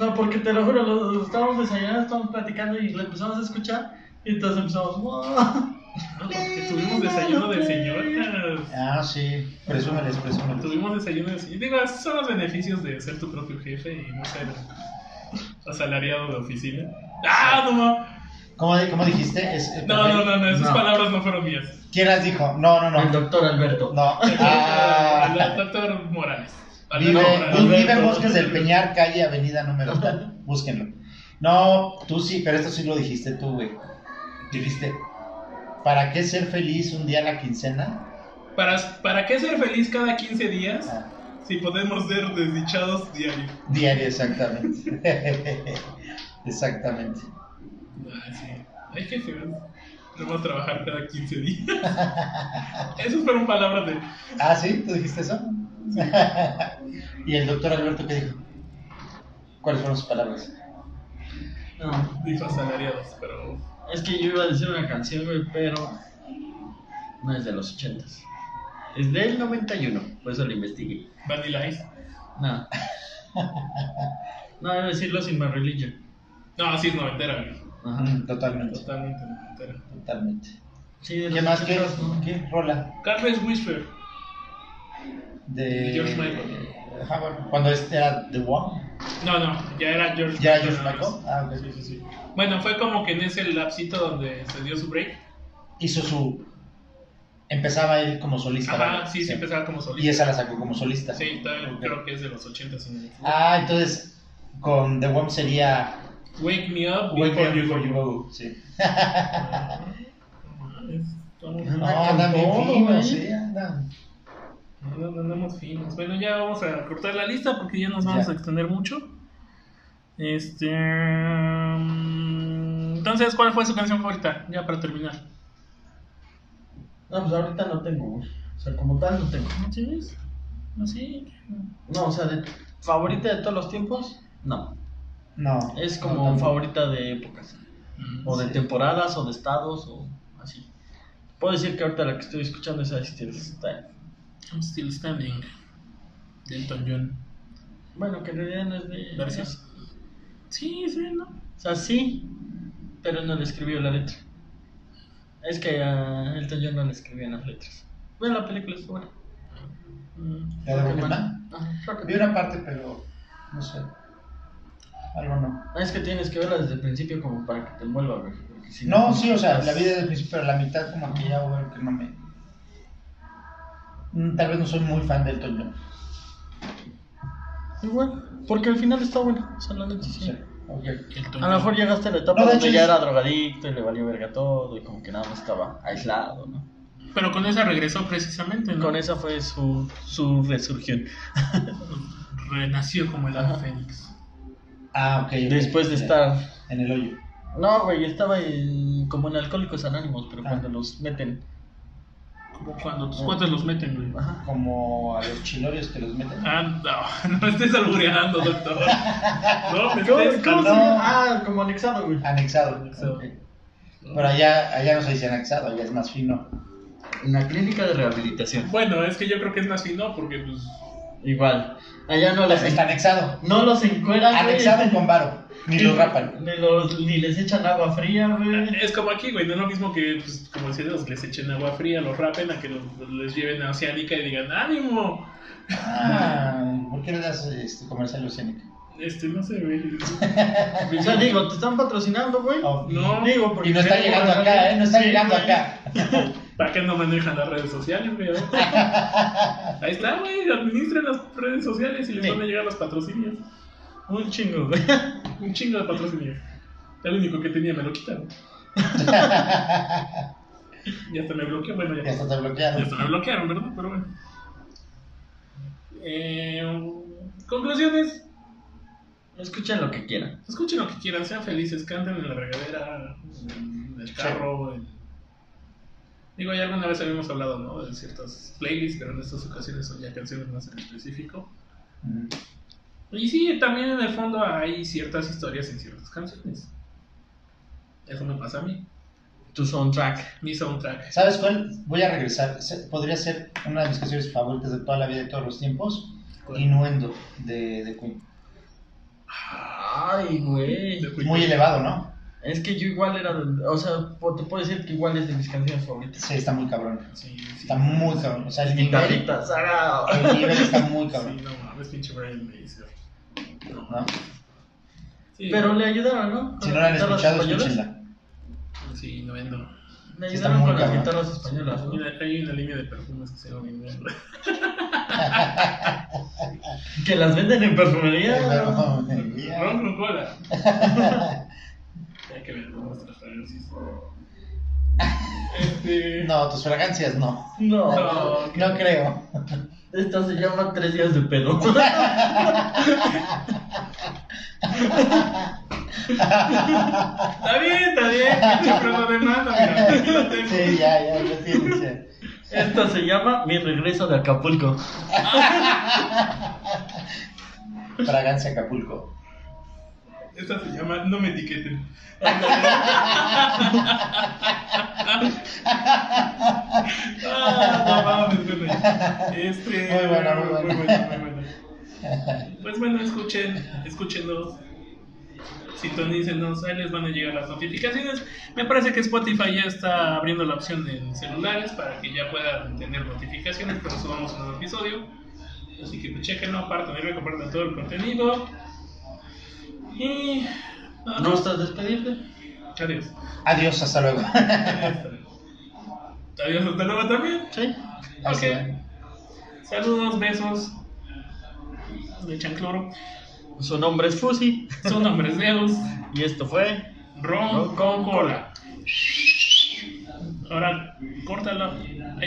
S2: No, porque te lo juro, lo, lo estábamos desayunando, estábamos platicando y lo empezamos a escuchar y entonces empezamos... "Wow".
S1: No, porque tuvimos desayuno de señoras.
S3: Ah, sí, presúmeles, presúmeles.
S1: Tuvimos desayuno de señoras. Digo, esos son los beneficios de ser tu propio jefe y no ser asalariado de oficina. ¡Ah, no! ma!
S3: ¿Cómo, di- cómo dijiste? Es, eh,
S1: No, no, no, no, esas
S2: No.
S1: palabras no fueron mías.
S3: ¿Quién las dijo? No, no,
S2: El
S3: no.
S2: doctor Alberto.
S3: No.
S1: Al
S3: Ah,
S1: doctor Morales. Al
S3: vive,
S1: doctor Morales.
S3: vive en
S2: Alberto.
S3: Bosques del Peñar, calle, avenida número tal. Búsquenlo. No, tú sí, pero esto sí lo dijiste tú, güey. Dijiste, ¿para qué ser feliz un día a la quincena?
S1: ¿Para, ¿Para qué ser feliz cada 15 días
S3: Ah,
S1: si podemos ser desdichados diario?
S3: diario, exactamente. exactamente.
S1: Ah, sí. Hay que se ven. Vamos a trabajar cada 15 días. Esas fueron palabras de.
S3: Ah, sí, tú dijiste eso. ¿Y el doctor Alberto qué dijo? ¿Cuáles fueron sus palabras?
S2: No.
S1: Dijo asalariados, pero.
S2: Es que yo iba a decir una canción, güey, pero no es de los ochentas. Es del 91, por eso lo investigué.
S1: Vanilla Ice.
S2: No. No, iba a decirlo sin más religion.
S1: No, así es noventera, güey.
S2: Ajá.
S3: Totalmente,
S1: Totalmente noventera.
S3: totalmente.
S2: Sí, de
S3: ¿Qué
S2: los
S3: más? ¿Qué,
S2: ochentas, ¿no?
S3: qué rola?
S1: Carles Whisper.
S3: De
S1: George Michael.
S3: Ajá, bueno, cuando este era The One.
S1: No, no, ya era George
S3: ¿Ya era George
S1: nada más.
S3: Michael? Ah, ok.
S1: Sí, sí, sí. Bueno, fue como que en ese lapsito donde se dio su break.
S3: Hizo su. Empezaba él como solista.
S1: Ajá,
S3: ¿verdad?
S1: sí, sí, empezaba como
S3: Y
S1: solista.
S3: esa la sacó como solista.
S1: Sí, todavía
S3: Ok.
S1: creo que es de los 80 si no me equivoco.
S3: Ah, entonces con The One sería.
S1: Wake me up
S3: Wake Me
S1: before
S3: Up
S1: you
S3: Before You
S1: go.
S3: Go, Sí.
S1: Ah, no
S2: Ah,
S1: mames,
S3: No,
S1: estamos-
S3: andan bien
S2: todo,
S3: finos,
S2: güey.
S3: Ah, sí, andan.
S1: No, no andamos finos. Bueno, ya vamos a cortar la lista porque ya nos vamos
S3: Ya.
S1: a extender mucho. Este. mm, Entonces, ¿cuál fue su canción favorita? Ya para terminar.
S2: No, pues ahorita no tengo, güey. O sea, como tal no tengo.
S1: ¿No tienes? ¿No sé?
S2: No, o sea, de favorita de todos los tiempos, no.
S3: No.
S2: Es
S3: no,
S2: como
S3: tampoco.
S2: favorita de épocas. O de temporadas, o de estados, o así. Puedo decir que ahorita la que estoy escuchando es I Still Stand.
S1: I'm still standing. Delton John.
S2: Bueno, que en realidad no es de...
S1: Gracias. Sí, sí, ¿no?
S2: O sea, sí, pero no le escribió la letra. Es que a Elton John no le escribían las letras. Bueno, la película es buena.
S1: Mm.
S3: ¿La de Rocketman?
S2: Ajá,
S3: Vi
S2: Rocketman.
S3: una parte, pero no sé. Algo no.
S2: Es que tienes que verla desde el principio como para que te envuelva, güey. porque si
S3: No, sí, o sea,
S2: estás-
S3: la vi desde el principio, pero la mitad como que ya bueno, que no me... Mm, Tal vez no soy muy fan del Toño.
S2: Igual, porque al final está buena, o sea, la neta sí.
S1: Elton
S2: A lo mejor llegaste a la etapa
S3: No, de
S2: donde
S3: hecho,
S2: ya
S3: es-
S2: era drogadicto y le valió verga todo y como que nada más estaba aislado, ¿no?
S1: John. Pero con esa regresó precisamente, ¿no?
S2: Con esa fue su, su resurgión.
S1: Renació como el ave
S2: Ajá.
S1: fénix.
S3: Ah, ok. ok.
S2: Después de
S3: Ya.
S2: estar
S3: En el hoyo.
S2: No, güey, estaba en, como en Alcohólicos Anónimos, pero cuando los meten
S1: Como cuando tus cuates los meten, güey.
S2: Ah. Ajá.
S3: Como a los chinorios que los meten.
S1: Ah, no, no me estés albureando, doctor. No me estés
S2: ¿Cómo, cómo se
S1: cantando.
S2: llama? Ah, como anexado, güey.
S3: Anexado.
S1: Anexado.
S3: ok. Pero allá, allá no se dice anexado, allá es más fino.
S2: Una clínica de rehabilitación.
S1: Bueno, es que yo creo que es más fino porque, pues.
S2: Igual. Allá no las
S3: Está anexado.
S2: No los encueran, Pues, Ah, güey.
S3: Anexado con varo. Ni los rapan.
S2: Ni, los- ni les echan agua fría, güey.
S1: Es como aquí, güey, no es lo mismo que, pues, como decías, los- les echen agua fría, los rapen, a que los, les lleven a Oceánica y digan, ¡ánimo!
S3: Ah, ¿Por qué no das este, comercial oceánica?
S1: Este, no sé, güey.
S2: O sea, digo, te están patrocinando, güey.
S1: No,
S2: Digo, porque
S3: Oh. Y no está
S2: quieren
S3: llegando
S2: guardar-
S3: acá, ¿eh? No está
S2: Sí,
S3: llegando
S2: güey.
S3: acá.
S1: ¿para qué no manejan las redes sociales, güey? Ahí está, güey, administren las redes sociales y les
S3: Sí.
S1: van a llegar los patrocinios.
S2: Un chingo, güey.
S1: Un chingo de patrocinio. El único que tenía me lo quitaron. ya hasta me bloqueó, bueno, ya.
S3: Ya está todo
S1: Ya
S3: bloqueado.
S1: hasta me bloquearon, ¿verdad? Pero bueno. Eh, conclusiones.
S2: Escuchen lo que quieran.
S1: Escuchen lo que quieran, sean felices, canten en la regadera, en el carro. en- Digo, ya alguna vez habíamos hablado, ¿no? De ciertas playlists, pero en estas ocasiones son ya canciones más en específico.
S3: Mm.
S1: Y sí, también en el fondo hay ciertas historias en ciertas canciones. Eso me pasa a mí.
S2: Tu soundtrack.
S1: Mi soundtrack.
S3: ¿Sabes cuál? Voy a regresar. Se- Podría ser una de mis canciones favoritas de toda la vida de todos los tiempos. Innuendo de, de Queen.
S2: Ay, güey.
S3: Muy elevado, ¿no?
S2: Es que yo igual era. O sea, po- te puedo decir que igual es de mis canciones favoritas.
S3: Sí, está muy cabrón.
S1: Sí, sí.
S3: Está muy cabrón. O sea, el nivel,
S2: Guitarritas, ah.
S3: el nivel está muy
S1: Sí,
S3: cabrón.
S1: no mames, pinche Brian me dice. No.
S3: ¿no?
S1: Sí,
S2: Pero le ayudaron, ¿no?
S3: Si no la han
S2: Guitarras
S3: escuchado,
S2: españolas.
S3: escúchenla.
S1: Sí, no vendo.
S2: Me
S3: Sí, está
S2: ayudaron
S3: muy
S2: con las
S3: cabrón.
S2: guitarras españolas,
S1: Hay
S2: ¿no?
S1: una, hay una línea de perfumes que se llama Inverno.
S2: Que las venden en perfumería.
S3: Claro,
S1: Ron con cola. Hay que ver nuestras fragancias. Este.
S3: No, tus fragancias no.
S2: No.
S1: No,
S3: No creo.
S2: Esta se llama Tres días de pedo.
S1: Está bien, está bien. Pinche freno de mano, mira. aquí lo tengo.
S3: Sí, ya, ya, ya tienes. ya.
S2: Esta se llama Mi regreso de Acapulco.
S3: Fragancia Acapulco.
S1: Esta se llama No me etiqueten. Ah, no mames, bueno. Este,
S3: Muy buena, muy buena.
S1: muy buena. Pues bueno, escuchen, escúchenos. Sintonícenos, ahí les van a llegar las notificaciones. Me parece que Spotify ya está abriendo la opción en celulares para que ya puedan tener notificaciones cuando subamos un nuevo episodio. Así que pues, chequenlo, aparte, y compartan todo el contenido. Y. nada
S2: ¿No
S1: más.
S2: estás despedirte?
S1: Adiós.
S3: Adiós, hasta luego.
S1: Adiós, hasta luego también.
S2: Sí.
S3: Ahí se
S1: Ok.
S3: va.
S1: Saludos, besos. Me echan cloro.
S2: Su nombre es Fusi.
S1: Son nombres dedos.
S2: Y esto fue.
S1: Ron con cola. Ahora, córtala. Ahí